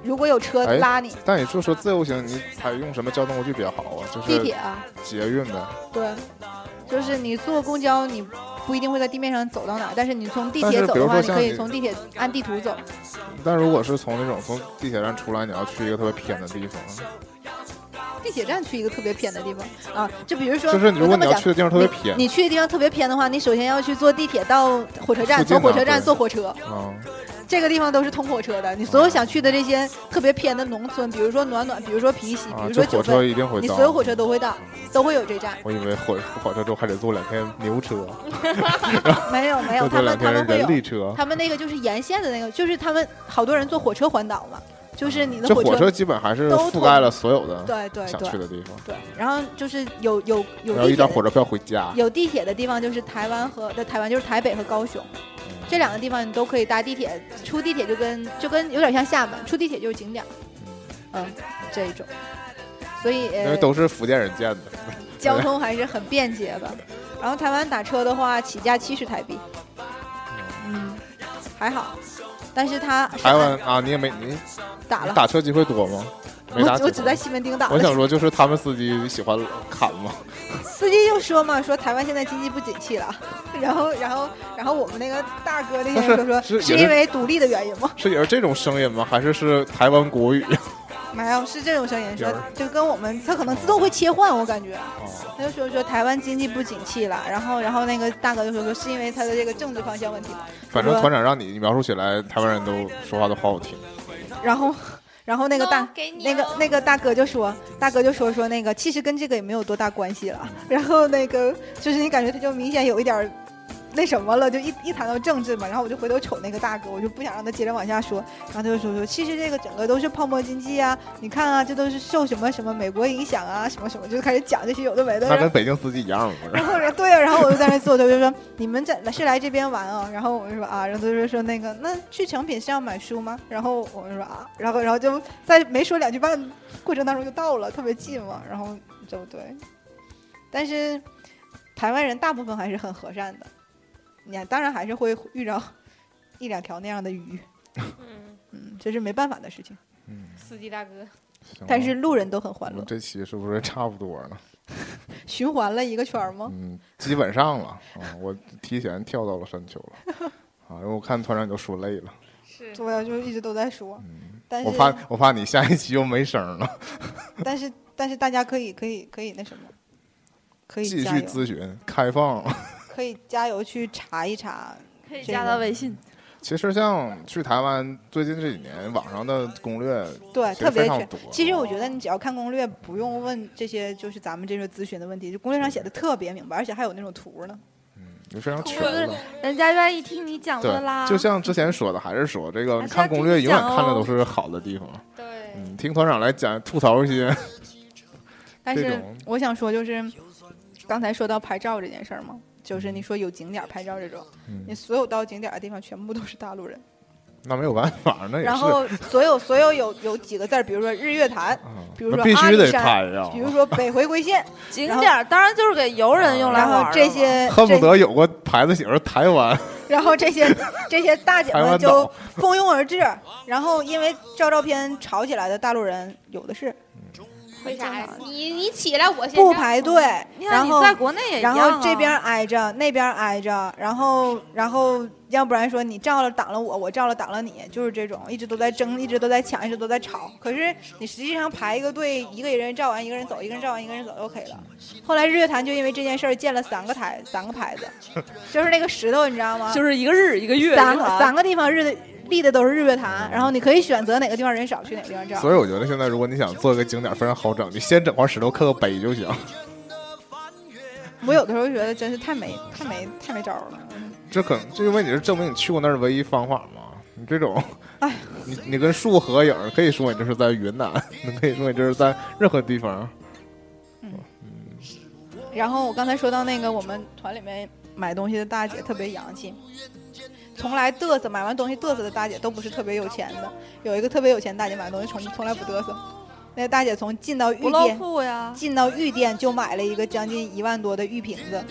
S3: 如果有车
S1: 哎
S3: 拉你，
S1: 但你就说自由行，你采用什么交通工具比较好啊？就
S3: 地
S1: 是
S3: 铁啊，
S1: 捷运呗。
S3: 对，就是你坐公交，你不一定会在地面上走到哪儿，但是你从地
S1: 但
S3: 铁
S1: 是
S3: 走
S1: 比
S3: 的
S1: 如
S3: 话，
S1: 说
S3: 你
S1: 像
S3: 可以
S1: 你
S3: 从地铁按地图走。
S1: 但如果是从那种从地铁站出来，你要去一个特别偏的地方，
S3: 地铁站去一个特别偏的地方啊，就比如说，
S1: 就是如果
S3: 我这
S1: 你
S3: 么
S1: 要
S3: 讲
S1: 去，的地方特别偏
S3: 你去的地方特别偏的话，你首先要去坐地铁到火车站，
S1: 附近
S3: 从火
S1: 的
S3: 车站
S1: 对
S3: 坐火车，
S1: 啊，
S3: 这个地方都是通火车的。你所有想去的这些特别偏的农村，比如说暖暖，比如说皮西，比
S1: 啊，
S3: 如
S1: 这
S3: 说九
S1: 火
S3: 份，
S1: 车一定会
S3: 你
S1: 到。
S3: 所有火车都会到，都会有这站。
S1: 我以为火火车之后还得坐两天牛车，
S3: 没有没有，
S1: 再
S3: 他
S1: 坐
S3: 们
S1: 两
S3: 他
S1: 天
S3: 们会有
S1: 人，力车。
S3: 他们那个就是沿线的那个，就是他们好多人坐火车环岛嘛，就是你的
S1: 这火
S3: 车
S1: 车基本还是
S3: 都
S1: 覆盖了所有的
S3: 对对
S1: 想去
S3: 对
S1: 的地方，
S3: 对，然后就是有有有
S1: 然后
S3: 地
S1: 一
S3: 铁
S1: 张
S3: 的
S1: 火车票回家。
S3: 有地铁的地方就是台湾和的台湾就是台北和高雄，
S1: 嗯
S3: 这两个地方你都可以搭地铁，出地铁就跟就跟有点像厦门，出地铁就是景点儿，嗯，这一种，所以
S1: 因为
S3: 呃，
S1: 都是福建人建的，
S3: 交通还是很便捷吧。然后台湾打车的话，起价七十台币，嗯，还好，但是它是
S1: 台湾啊，你也没你
S3: 打了，
S1: 打车机会多吗？没打
S3: 我
S1: 机
S3: 我
S1: 会
S3: 只在西门町打
S1: 我
S3: 了
S1: 想。说，就是他们司机喜欢砍嘛，
S3: 司机就说嘛，说台湾现在经济不景气了，然后然后然后我们那个大哥那些人就说
S1: 但是是
S3: 是
S1: 也是
S3: 因为独立的原因吗？
S1: 是也是这种声音吗？还是是台湾国 语？
S3: 没有，是这种声音说
S1: 边儿，
S3: 就跟我们他可能自动会切换，我感觉
S1: 哦，
S3: 他就说说台湾经济不景气了，然后然后那个大哥就说说是因为他的这个政治方向问题，
S1: 反正团长让你描述起来，台湾人都说话都好好听。
S3: 然后 然后那个大
S6: 都给你
S3: 那个
S6: 哦
S3: 那个大哥就说大哥就说说那个其实跟这个也没有多大关系了， 然后那个就是你感觉他就明显有一点儿那什么了，就一一谈到政治嘛，然后我就回头瞅那个大哥，我就不想让他接着往下说，然后他就说说，其实这个整个都是泡沫经济啊，你看啊，这都是受什么什么美国影响啊，什么什么，就开始讲这些有的没的。
S1: 那
S3: 然
S1: 跟
S3: 后
S1: 北京司机一样吗？不是
S3: 然后啊人对呀、然后我就在那坐着，就说你们这是来这边玩啊？然后我就说啊，然后他就说那个那去诚品是要买书吗？然后我就说啊，然后然后就在没说两句半过程当中就到了，特别近嘛，然后就对，但是台湾人大部分还是很和善的，你看当然还是会遇着一两条那样的鱼，
S6: 嗯，
S3: 嗯，这是没办法的事情，
S1: 嗯，
S6: 司机大哥，
S1: 行
S3: 但
S1: 了
S3: 是路人都很
S1: 我
S3: 欢乐
S1: 们，这期是不是差不多了？
S3: 循环了一个圈儿吗？
S1: 嗯，基本上了啊，我提前跳到了山丘了。 啊，因为我看团长你都说累了，
S6: 是
S3: 对啊呀，就一直都在说，
S1: 嗯，
S3: 但是
S1: 我怕我怕你下一期又没声儿
S3: 哎
S1: 了，
S3: 但是但是大家可以可以可以那什么，可以
S1: 继续
S3: 加油，
S1: 咨询开放。
S3: 可以加油去查一查。
S5: 可以
S3: 这
S5: 加
S3: 个
S5: 他微信，
S1: 其实像去台湾最近这几年，网上的攻略
S3: 对，
S1: 其
S3: 特
S1: 实
S3: 别
S1: 非常
S3: 全
S1: 多。
S3: 其实我觉得你只要看攻略，不用问这些，就是咱们这个咨询的问题，就攻略上写的特别明白，而且还有那种图呢。
S1: 就非常全
S5: 攻略
S1: 的。
S5: 人家愿意听你讲的啦。
S1: 对，就像之前说的，还是说这个
S5: 还是
S1: 看
S5: 要
S1: 攻
S5: 听
S1: 略
S5: 你
S1: 永远
S5: 讲
S1: 看的
S5: 哦
S1: 都是好的地方。
S6: 对，
S1: 嗯，听团长来讲吐槽一些，
S3: 但
S1: 这
S3: 是
S1: 种
S3: 我想说，就是刚才说到拍照这件事儿嘛，就是你说有景点儿拍照这种，
S1: 嗯
S3: 你所有到景点儿的地方全部都是大陆人，
S1: 那没有办法，那也
S3: 然
S1: 是
S3: 后所有所有有有几个字儿，比如说日月潭，
S1: 啊，
S3: 比如
S1: 那
S3: 说
S1: 必
S3: 阿
S1: 须
S3: 里
S1: 得
S3: 山
S1: 拍呀，
S3: 比如说北回归线，
S5: 景
S3: 然后
S5: 点儿当然就是给游人用来
S3: 然
S5: 玩儿的
S3: 后
S5: 嘛
S3: 这些
S1: 恨不
S3: 这
S1: 得有个牌子写着台湾，
S3: 然 后这些这些大姐
S1: 台
S3: 们
S1: 湾
S3: 就
S1: 岛
S3: 蜂拥而至，然后因为照照片吵起来的大陆人有的是，
S6: 为啥？你你起来，我先
S3: 不
S6: 站
S3: 排队，
S5: 你看
S3: 然
S5: 你
S3: 后
S5: 在国内也一样
S3: 然
S5: 啊、
S3: 后这边挨着，那边挨着，然后然后要不然说你照了挡了我，我照了挡了你，就是这种一直都在争，一直都在抢，一直都在吵。可是你实际上排一个队，一个人照完一个人走，一个人照完一个人走就 OK 了。后来日月潭就因为这件事儿建了三个台，三个牌子，就是那个石头，你知道吗？
S5: 就是一个日一个月
S3: 三
S5: 一
S3: 个
S5: 个
S3: 三个地方日的立的都是日月潭，然后你可以选择哪个地方人少去哪个地方照。
S1: 所以我觉得现在如果你想做一个景点非常好整，你先整块石头刻个碑就行。
S3: 我有的时候觉得真是太没太没太没招儿了。
S1: 这可能就因为你是证明你去过那儿唯一方法嘛。你这种
S3: 哎，
S1: 你你跟树合影，可以说你这是在云南， 你可以说你这是在任何地方。
S3: 然后我刚才说到那个我们团里面买东西的大姐特别洋气，从来嘚瑟买完东西嘚瑟的大姐都不是特别有钱的。有一个特别有钱大姐买东西从从来不嘚瑟，那大姐从进到
S5: 不
S3: 玉
S5: 露
S3: 店
S5: 富呀，
S3: 进到玉店就买了一个将近一万多的玉瓶子，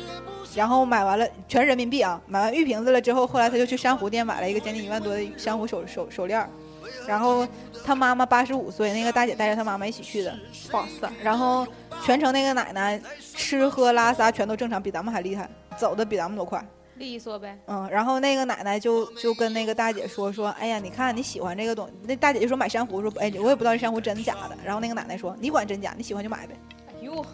S3: 然后买完了全人民币啊，买完玉瓶子了之后，后来他就去珊瑚店买了一个将近一万多的珊瑚手手手链儿，然后他妈妈八十五岁，那个大姐带着他妈妈一起去的，哇塞！然后全程那个奶奶吃喝拉撒全都正常，比咱们还厉害，走的比咱们都快。
S6: 利索呗。
S3: 嗯，然后那个奶奶就就跟那个大姐说说，哎呀，你看你喜欢这个东，那大姐就说买珊瑚，说哎，我也不知道这珊瑚真假的。然后那个奶奶说，你管真假，你喜欢就买呗。
S6: 哎呦，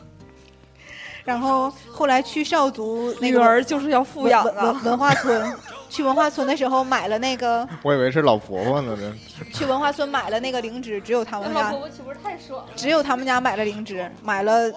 S3: 然后后来去少族那
S5: 女
S3: 个
S5: 儿就是要富养
S3: 文
S5: 啊
S3: 文。文化村， 去文化村的时候买了那个，
S1: 我以为是老婆婆呢，这
S3: 去文化村买了那个灵芝，只有他
S6: 那
S3: 们
S6: 老
S3: 家
S6: 婆婆岂不是太爽了？
S3: 只有他们家买了灵芝，买了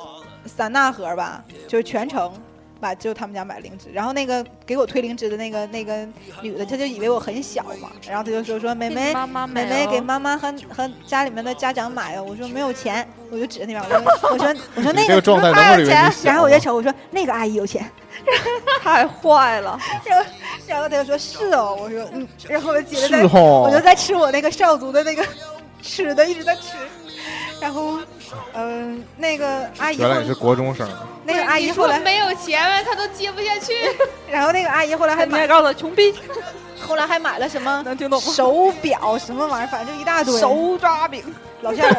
S3: 三大盒吧，就是全程。吧，就他们家买灵芝，然后那个给我推灵芝的那个那个女的，她就以为我很小嘛，然后她就说说妹妹，
S5: 妈妈
S3: 哎妹
S5: 买
S3: 妹
S5: 哦
S3: 给妈妈和和家里面的家长买的，哦我说没有钱，我就指着那边，我说我说 我说那
S1: 你这个状态能不能以为你小
S3: 然后我就
S1: 啊
S3: 瞅我说那个阿姨有钱，
S5: 太坏了，
S3: 然后然后他就说是哦，我说嗯，然后我就接着在
S1: 是哦
S3: 我就在吃我那个少族的那个吃的，一直在吃，然后嗯、那个阿姨
S1: 原
S3: 后
S1: 来你是国中 生，
S3: 那个阿姨
S6: 你
S3: 后
S6: 说
S3: 来，
S6: 没有钱呗，她都接不下去。
S3: 然后那个阿姨后来还
S5: 你还
S3: 买
S5: 告诉我穷逼，
S3: 后来还买了什么
S5: 能听懂吗？
S3: 手表什么玩意儿，反正就一大堆，
S5: 手抓饼，
S3: 老吓人，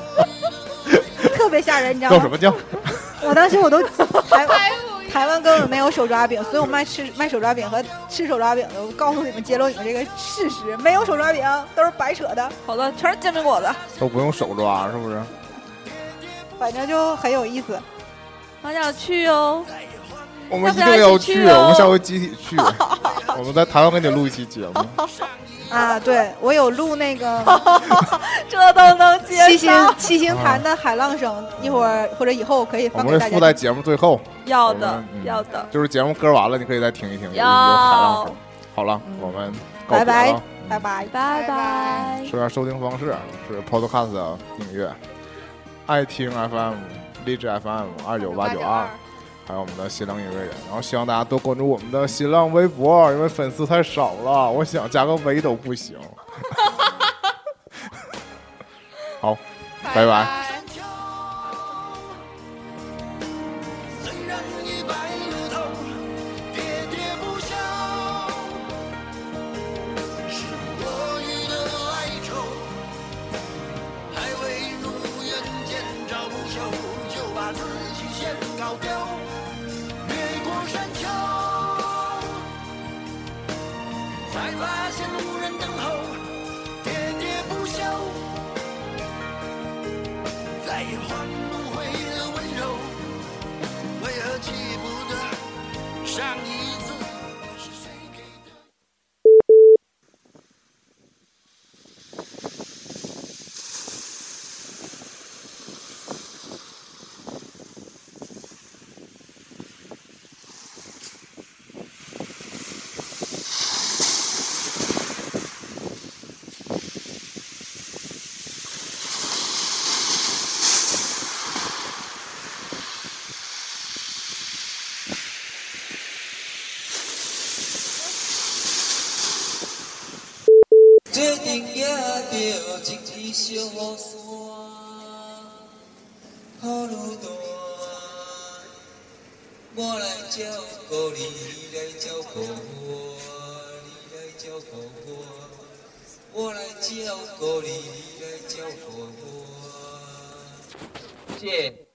S3: 特别吓人，你知道
S1: 叫
S3: 吗
S1: 什？么叫？
S3: 我当时我都 台湾
S6: 哎呦，
S3: 台湾根本没有手抓饼，所以我卖吃卖手抓饼和吃手抓饼的，我告诉你们揭露你们这个事实，没有手抓饼都是白扯的，
S5: 好的，全是煎饼果子。
S1: 都不用手抓，是不是？
S3: 反正就很有意思。
S5: 我想去哦，
S1: 我们一
S5: 要不
S1: 定
S5: 然
S1: 要
S5: 一起去
S1: 去，
S5: 哦
S1: 我们下回集体 去。我们在台湾给你录一期节目，
S3: 啊，对我有录那个
S5: 这都能接
S3: 七星
S5: 受，
S3: 七星潭的海浪声，一会儿或者以后可以
S1: 啊我
S3: 放给
S1: 们
S3: 大
S1: 会附在
S3: 家。
S1: 节目最后，
S5: 要
S1: 我
S5: 的
S1: 们嗯
S5: 要的，
S1: 就是节目歌完了，你可以再听一听。有有
S5: 要
S1: 海浪声。好了，我们告别
S3: 拜
S1: 了。
S3: 拜
S1: 嗯
S3: 拜拜。
S5: 拜拜。
S1: 说一下收听方式是 Podcast 的订阅，爱听 FM、励志 FM 二九八九二，还有我们的新浪音乐人。然后希望大家多关注我们的新浪微博，因为粉丝太少了，我想加个微都不行。 好，拜拜
S11: 虽然已白了头，喋喋不休，是多余的哀愁，还未如愿见着不朽，就把自己先搞丢，越过山丘，才发现无人等候，喋喋不休。再也换不回了温柔，为何记不得上一次是谁给的？
S12: 决定也着一支小雨伞，雨愈大，我来照顾你，你来照顾我，你来照顾我，我来照顾你，你来照顾我。谢谢。